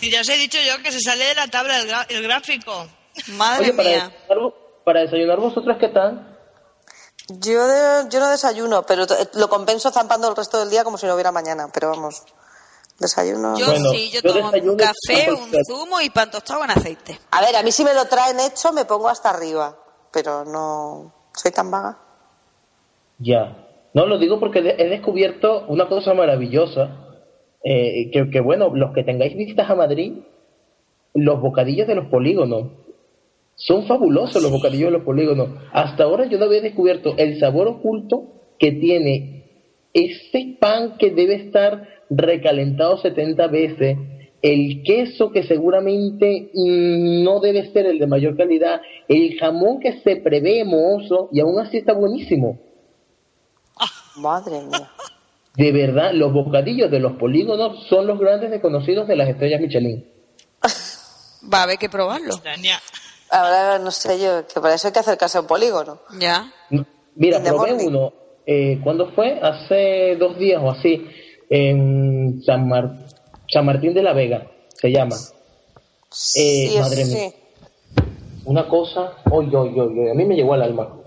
Y ya os he dicho yo que se sale de la tabla el, gra- el gráfico.
Madre
Oye, para
mía.
desayunar, vo- para desayunar vosotras, ¿qué tal?
Yo, de- yo no desayuno, pero t- lo compenso zampando el resto del día como si no hubiera mañana. Pero vamos, desayuno.
Yo
Bueno,
sí, yo,
yo
tomo
desayuno
un café,
pan
un
tostado.
zumo y pan tostado con aceite.
A ver, a mí si me lo traen hecho me pongo hasta arriba, pero no soy tan vaga.
Ya. No, lo digo porque de- he descubierto una cosa maravillosa, eh, que, que, bueno, los que tengáis visitas a Madrid, los bocadillos de los polígonos. Son fabulosos los bocadillos de los polígonos. Hasta ahora yo no había descubierto el sabor oculto que tiene ese pan que debe estar recalentado 70 veces, el queso que seguramente mm, no debe ser el de mayor calidad, el jamón que se prevé mohoso y aún así está buenísimo.
Madre mía.
De verdad, los bocadillos de los polígonos son los grandes desconocidos de las estrellas Michelin.
Va a haber que probarlo.
Dania.
[LAUGHS] Ahora no sé yo, que para eso hay que acercarse a un polígono.
Ya.
Mira,
In the
probé
morning.
uno, eh, ¿cuándo fue? Hace dos días o así, en San, Mar- San Martín de la Vega, se llama. Eh,
sí, eso
madre mía.
sí.
Una cosa, oy, oy, oy, oy, a mí me llegó al alma.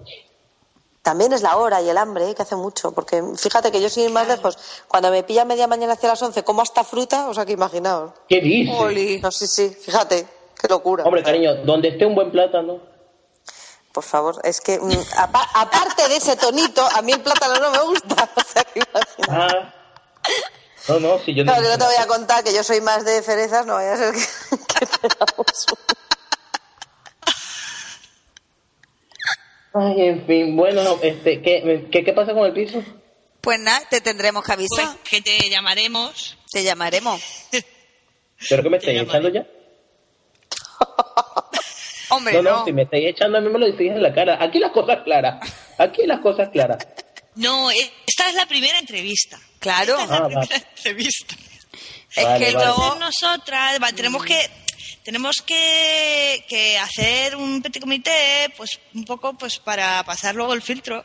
También es la hora y el hambre, ¿eh? que hace mucho, porque fíjate que yo sin ir más lejos, cuando me pilla media mañana hacia las 11, como hasta fruta, o sea que imaginaos.
¿Qué dices?
Oli.
No, sí, sí, fíjate, qué locura.
Hombre, cariño, donde esté un buen plátano,
Por favor, es que mm, apa- aparte de ese tonito, a mí el plátano no me gusta, [LAUGHS] o sea que imaginaos.
ah. No, no, si yo no...
Claro, yo no te voy a contar que yo soy más de cerezas, no vaya a ser que, [LAUGHS] que tengamos un-
Ay, en fin, bueno, no, este, ¿qué, qué, ¿qué pasa con el piso?
Pues nada, te tendremos que
Pues
avisar.
que te llamaremos.
Te llamaremos.
¿Pero que me estáis echando ya?
Hombre,
No,
no.
no, si me estáis echando a mí me lo decís en la cara. Aquí las cosas claras. Aquí las cosas claras.
No, eh, esta es la primera entrevista.
Claro.
Ah, Oh.
La [LAUGHS]
va.
primera entrevista.
es
Vale,
que
vale.
luego.
Entonces nosotras va, tenemos que tenemos que, que hacer un petit comité, pues un poco pues para pasar luego el filtro.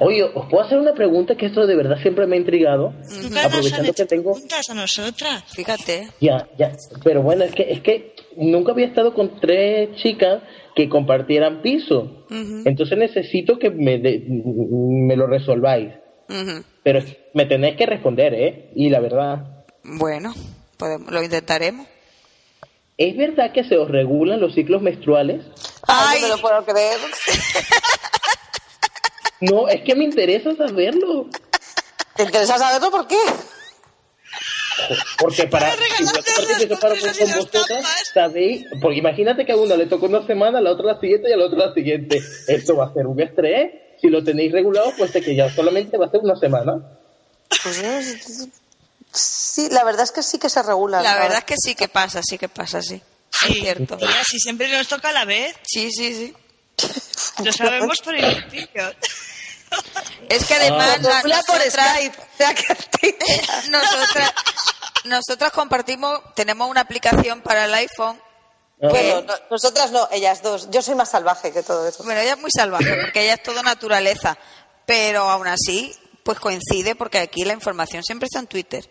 Oye, ¿os puedo hacer una pregunta que esto de verdad siempre me ha intrigado?
Nunca nos han
Aprovechando que
hecho
tengo...
preguntas a nosotras.
Fíjate.
Ya, ya. Pero bueno, es que, es que nunca había estado con tres chicas que compartieran piso. Entonces necesito que me, de- me lo resolváis.
Ujú.
Pero es- me tenéis que responder, ¿eh? Y la verdad,
Bueno, podemos- lo intentaremos.
¿es verdad que se os regulan los ciclos menstruales?
Ay, no
Ay.
me lo puedo creer.
No, es que me interesa saberlo.
¿Te interesa saberlo por qué?
Porque para
Para regalarle
si yo
las
comparto que separo
cosas y
con
las
vosotras,
tapas.
sabéis, porque imagínate que a una le tocó una semana, a la otra la siguiente y a la otra la siguiente. Esto va a ser un estrés. Si lo tenéis regulado, pues es que ya solamente va a ser una semana.
Pues no, sí, sí, sí, la verdad es que sí que se regula.
La verdad es que sí que pasa, sí que pasa, sí. Es cierto.
Mira, si siempre nos toca a la vez,
Sí, sí, sí.
lo sabemos por el [LAUGHS] vídeo.
Es que además la-
Regula por
nosotras,
Skype. O sea que
[LAUGHS] nosotras, nosotras compartimos, tenemos una aplicación para el iPhone.
Ajá.
Bueno, no, nosotras no, ellas dos. Yo soy más salvaje que todo eso.
Bueno, ella es muy salvaje porque ella es todo naturaleza, pero aún así, pues coincide porque aquí la información siempre está en Twitter.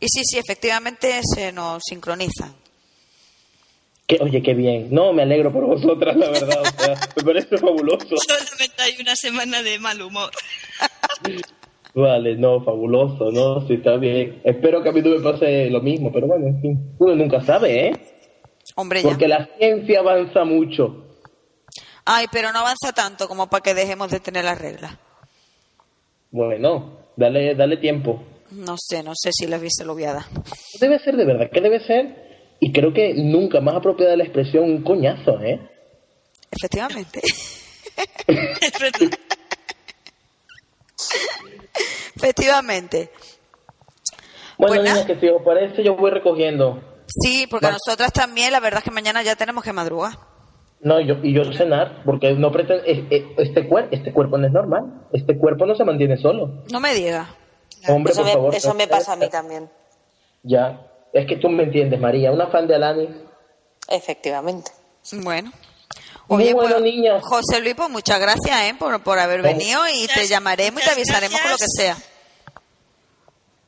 Y sí, sí, efectivamente se nos sincronizan.
Que- oye, qué bien. No, me alegro por vosotras, la verdad. O sea, me parece fabuloso.
Solamente hay una semana de mal humor. [LAUGHS]
Vale, no, fabuloso, no, sí, está bien. Espero que a mí no me pase lo mismo, pero bueno, en fin. Uno nunca sabe, ¿eh?
Hombre, ya.
Porque la ciencia avanza mucho.
Ay, pero no avanza tanto como para que dejemos de tener las reglas.
Bueno, dale, dale tiempo.
No sé, no sé si la hubiese lobiada.
debe ser de verdad? ¿Qué debe ser? Y creo que nunca más apropiada la expresión un coñazo, ¿eh?
Efectivamente. [LAUGHS]
Es verdad.
Efectivamente.
Bueno,
Bueno.
niñas, que si os parece, yo voy recogiendo.
Sí, porque
Vale.
nosotras también, la verdad es que mañana ya tenemos que madrugar.
No, y yo, y yo cenar, porque no preten- eh, eh, este, cuer- este cuerpo no es normal. Este cuerpo no se mantiene solo.
No me digas.
Hombre,
eso
por
me,
favor.
eso
no
me
seas-
pasa a mí también.
Ya. Es que tú me entiendes, María. Una fan de Alani.
Efectivamente.
Bueno.
Muy bueno,
pues,
niña.
José Luis, pues muchas gracias ¿eh? por, por haber
Vale.
venido y te
Muchas-
llamaremos y te
muchas
avisaremos con lo que sea.
gracias.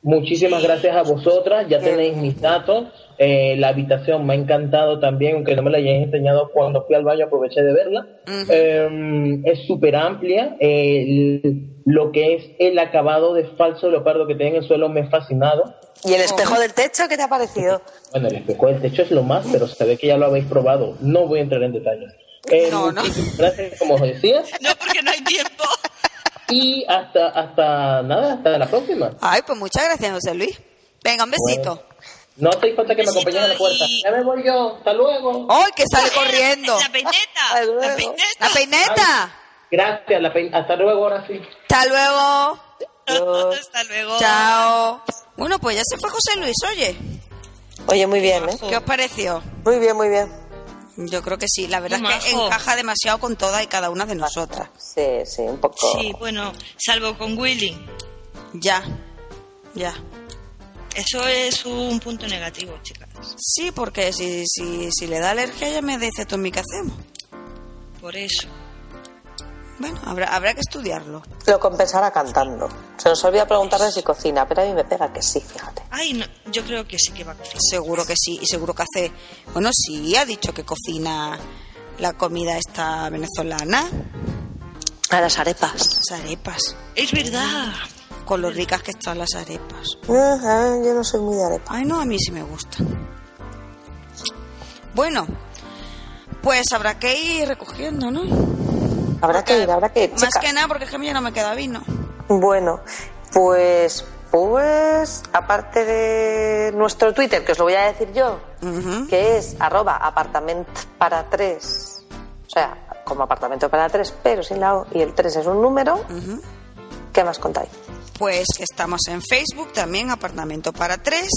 Muchísimas gracias a vosotras, ya tenéis mis datos. Eh, la habitación me ha encantado también, aunque no me la hayáis enseñado cuando fui al baño, aproveché de verla.
Ujú.
Eh, es súper amplia. eh, el- lo que es el acabado de falso leopardo que tiene en el suelo me ha fascinado.
¿Y el espejo del techo qué te ha
[LAUGHS]
parecido?
Bueno, el espejo del techo es lo más, pero se ve que ya lo habéis probado. No voy a entrar en detalles. Eh,
No, no.
muchísimas Gracias, como os decía.
No, porque no hay tiempo.
Y hasta, hasta nada, hasta la próxima.
Ay, pues muchas gracias, José Luis. Venga, un besito.
No te falta que me
Besito
acompañes a la puerta.
y-
Ya me voy yo. Hasta luego.
¡Ay, que sale corriendo!
Eh, La peineta.
Hasta luego.
La peineta.
¡La peineta!
Gracias, la pein- hasta luego, ahora sí.
¡Hasta luego!
Adiós.
[LAUGHS] Hasta luego.
¡Chao! Bueno, pues ya se fue José Luis, oye.
Oye, muy bien, ¿eh?
Oh.
¿Qué os pareció?
Muy bien, muy bien.
Yo creo que sí. La verdad
Muy
es que
majo.
encaja demasiado con todas y cada una de nosotras.
Sí, sí, un poco.
Sí, bueno, salvo con Willy.
Ya. Ya.
Eso es un punto negativo, chicas.
Sí, porque si, si, si le da alergia ya me dice Tommy qué hacemos.
Por eso.
Bueno, habrá, habrá que estudiarlo.
Lo compensará cantando. Se nos olvida preguntarle si cocina, pero a mí me pega que sí, fíjate.
Ay, no, yo creo que sí que va a cocinar.
Seguro que sí, y seguro que hace... Bueno, sí, ha dicho que cocina la comida esta venezolana.
A las arepas.
Las arepas.
Es verdad.
Con lo ricas que están las arepas.
Ajá, yo no soy muy de arepa.
Ay, no, a mí sí me gusta. Bueno, pues habrá que ir recogiendo, ¿no?
Habrá que ir, habrá que ir.
Más
chica.
que nada porque es que a mí ya no me queda vino.
Bueno, pues, pues, aparte de nuestro Twitter, que os lo voy a decir yo,
Ujú.
que es arroba apartament para tres, o sea, como apartamento para tres, pero sin la O, y el tres es un número,
Ujú.
¿qué más contáis?
Pues que estamos en Facebook también, Apartamento para Tres.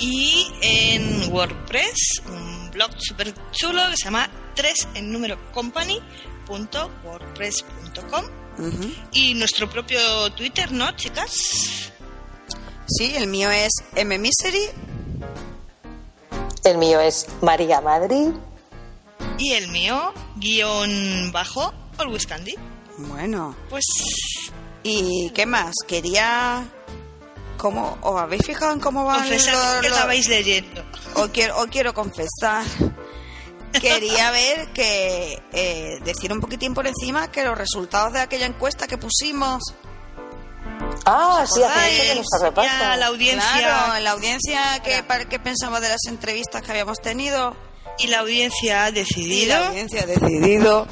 Y en WordPress, un blog súper chulo que se llama 3 en número company.wordpress.com.
Ujú.
Y nuestro propio Twitter, ¿no, chicas?
Sí, el mío es M Misery.
El mío es María Madrid.
Y el mío, guión bajo, Always Candy.
Bueno,
Pues
¿y qué más? Quería... ¿Cómo? ¿Os habéis fijado en cómo va
confesad que estabais leyendo.
Hoy quiero, hoy quiero confesar. Quería ver que eh, decir un poquitín por encima que los resultados de aquella encuesta que pusimos
Ah, sí, hace
acordáis?
mucho que no se
Ya
repasa.
la audiencia
claro, en la audiencia que, para- que pensaba de las entrevistas que habíamos tenido
y la audiencia ha
y
decidido
la audiencia ha decidido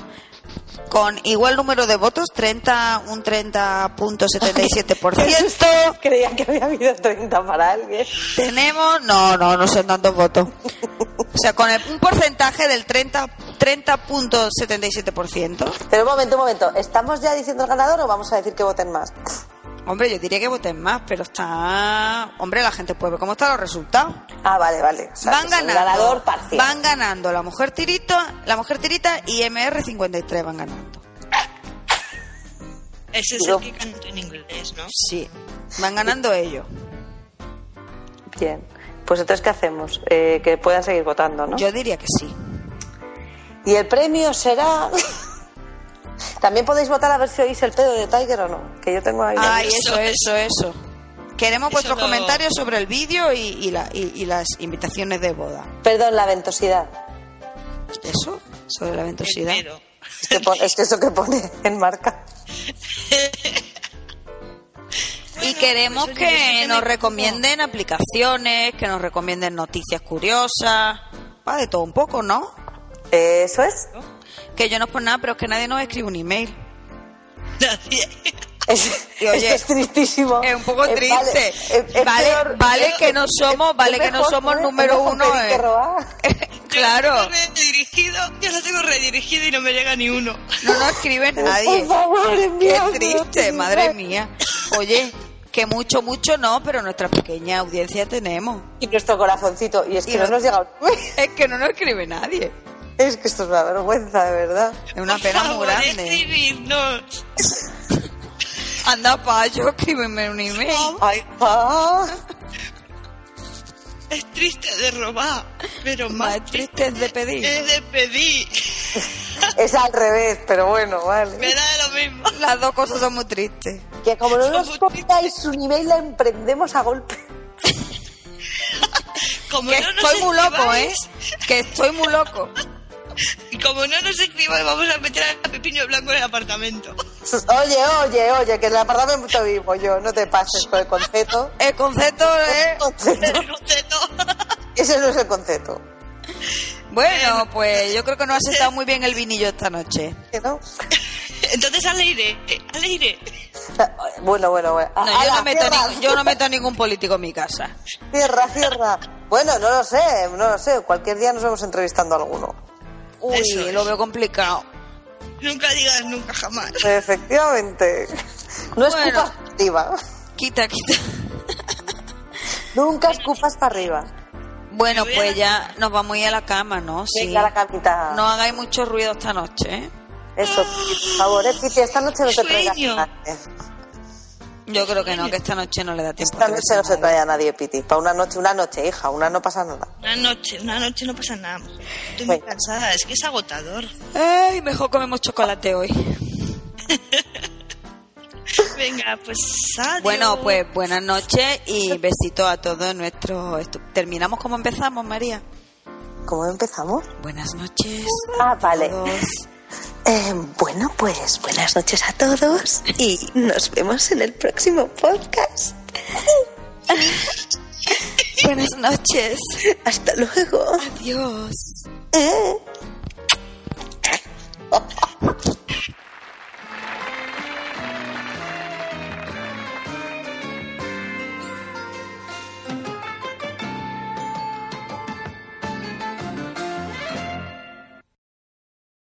con igual número de votos 30 un 30.77%
Creía que había habido 30 para alguien.
tenemos no no no son tantos votos o sea con el- un porcentaje del 30 30.77%
Pero un momento, un momento. ¿Estamos ya diciendo el ganador o vamos a decir que voten más?
Hombre, yo diría que voten más, pero está. Hombre, la gente puede ver cómo están los resultados.
Ah, vale, vale. O sea,
van
que es un
ganando.
ganador parcial.
Van ganando la mujer tirita, la mujer tirita y MR53 van ganando.
ese es
Digo-
el que canto en inglés, ¿no?
Sí. Van ganando ellos.
Bien. Pues entonces, ¿qué hacemos? Eh, que puedan seguir votando, ¿no?
Yo diría que sí.
Y el premio será... [LAUGHS] También podéis votar a ver si oís el pedo de Tiger o no, que yo tengo ahí.
Ay, eso,
Eso,
eso, eso. Queremos
Eso
vuestros
lo-
comentarios sobre el vídeo y, y la- y- y las invitaciones de boda.
Perdón, la ventosidad.
Eso, sobre la ventosidad.
El pedo. [LAUGHS]
Es que, pon- es que eso que pone en marca.
Y
Bueno,
queremos
pues, oye, yo sé
que nos
me-
recomienden aplicaciones, que nos recomienden noticias curiosas, va de todo un poco, ¿no?
Eso es.
Que yo no es por nada, pero es que nadie nos escribe un email.
Nadie.
Es,
Y oye,
esto es tristísimo.
Es un poco
Eh,
triste.
Vale, eh, es
vale,
peor-
vale
es-
que no
es-
somos,
es
vale que no
mejor,
somos
¿eh?
número
Es mejor
uno.
pedir que
eh.
robar.
claro.
redirigido, yo lo tengo redirigido y no me llega ni uno.
No nos escribe nadie.
Por favor,
Qué
enviadnos.
triste, madre mía. Oye, que mucho, mucho no, pero nuestra pequeña audiencia tenemos.
Y nuestro corazoncito. Y es que
Y
no
no-
nos llega.
Es que no nos escribe nadie.
Es que esto es una vergüenza, de verdad.
Es una
Por
pena muy
favor,
grande.
escribidnos.
Anda, payo, escríbeme un email.
Ay, pa.
Es triste de robar, pero más,
Más triste es de pedir.
es de pedir.
Es al revés, pero bueno,
Me
vale.
da lo mismo.
Las dos cosas son muy tristes.
Que como no nos
Somos
pongáis un email, la emprendemos a golpe.
Como
Que
no nos
estoy muy loco, ¿eh?
escribáis-
Que estoy muy loco.
Y como no nos escribáis, vamos a meter a Pepino Blanco en el apartamento.
[LAUGHS]
[LAUGHS]
Oye, oye, oye, que en el apartamento vivo yo, no te pases con el
[LAUGHS]
concepto.
El concepto es...
Concepto,
El roteto.
Ese no es el concepto.
Bueno, pues yo creo que no has estado muy bien el vinillo esta noche.
¿Que no?
Entonces al aire, eh, al aire.
Bueno, bueno, bueno.
No, yo,
Ala,
no meto
cierra,
ni- yo no meto a ningún político en mi casa.
Cierra, cierra. Bueno, no lo sé, no lo sé. Cualquier día nos vemos entrevistando a alguno.
Uy,
Eso es.
lo veo complicado.
Nunca digas nunca jamás.
Efectivamente. No
Bueno.
escupas para arriba.
Quita, quita.
Nunca escupas para arriba.
Bueno,
Me voy
pues
a
ya nos vamos a ir a la cama, ¿no? Sí.
Venga, la camita.
No hagáis mucho ruido esta noche, ¿eh?
Eso, por favor. Eh, Piti, esta noche no te
Sueño.
traigas a nadie.
Yo creo que no, que Pues esta noche no le da tiempo.
Esta
de
noche no se
desayunar.
trae a nadie, Piti. Para una noche, una noche, hija. Una no pasa nada.
Una noche, una noche no pasa nada. Estoy muy
Bueno.
cansada, es que es agotador.
Ay, mejor comemos chocolate hoy.
Venga, pues adiós.
Bueno, pues buenas noches y besitos a todos nuestros... estu- Terminamos como empezamos, María.
¿Cómo empezamos?
Buenas noches.
Ah, vale.
todos.
Eh, bueno, pues buenas noches a todos y nos vemos en el próximo podcast.
Buenas noches.
Hasta luego.
Adiós.
Eh.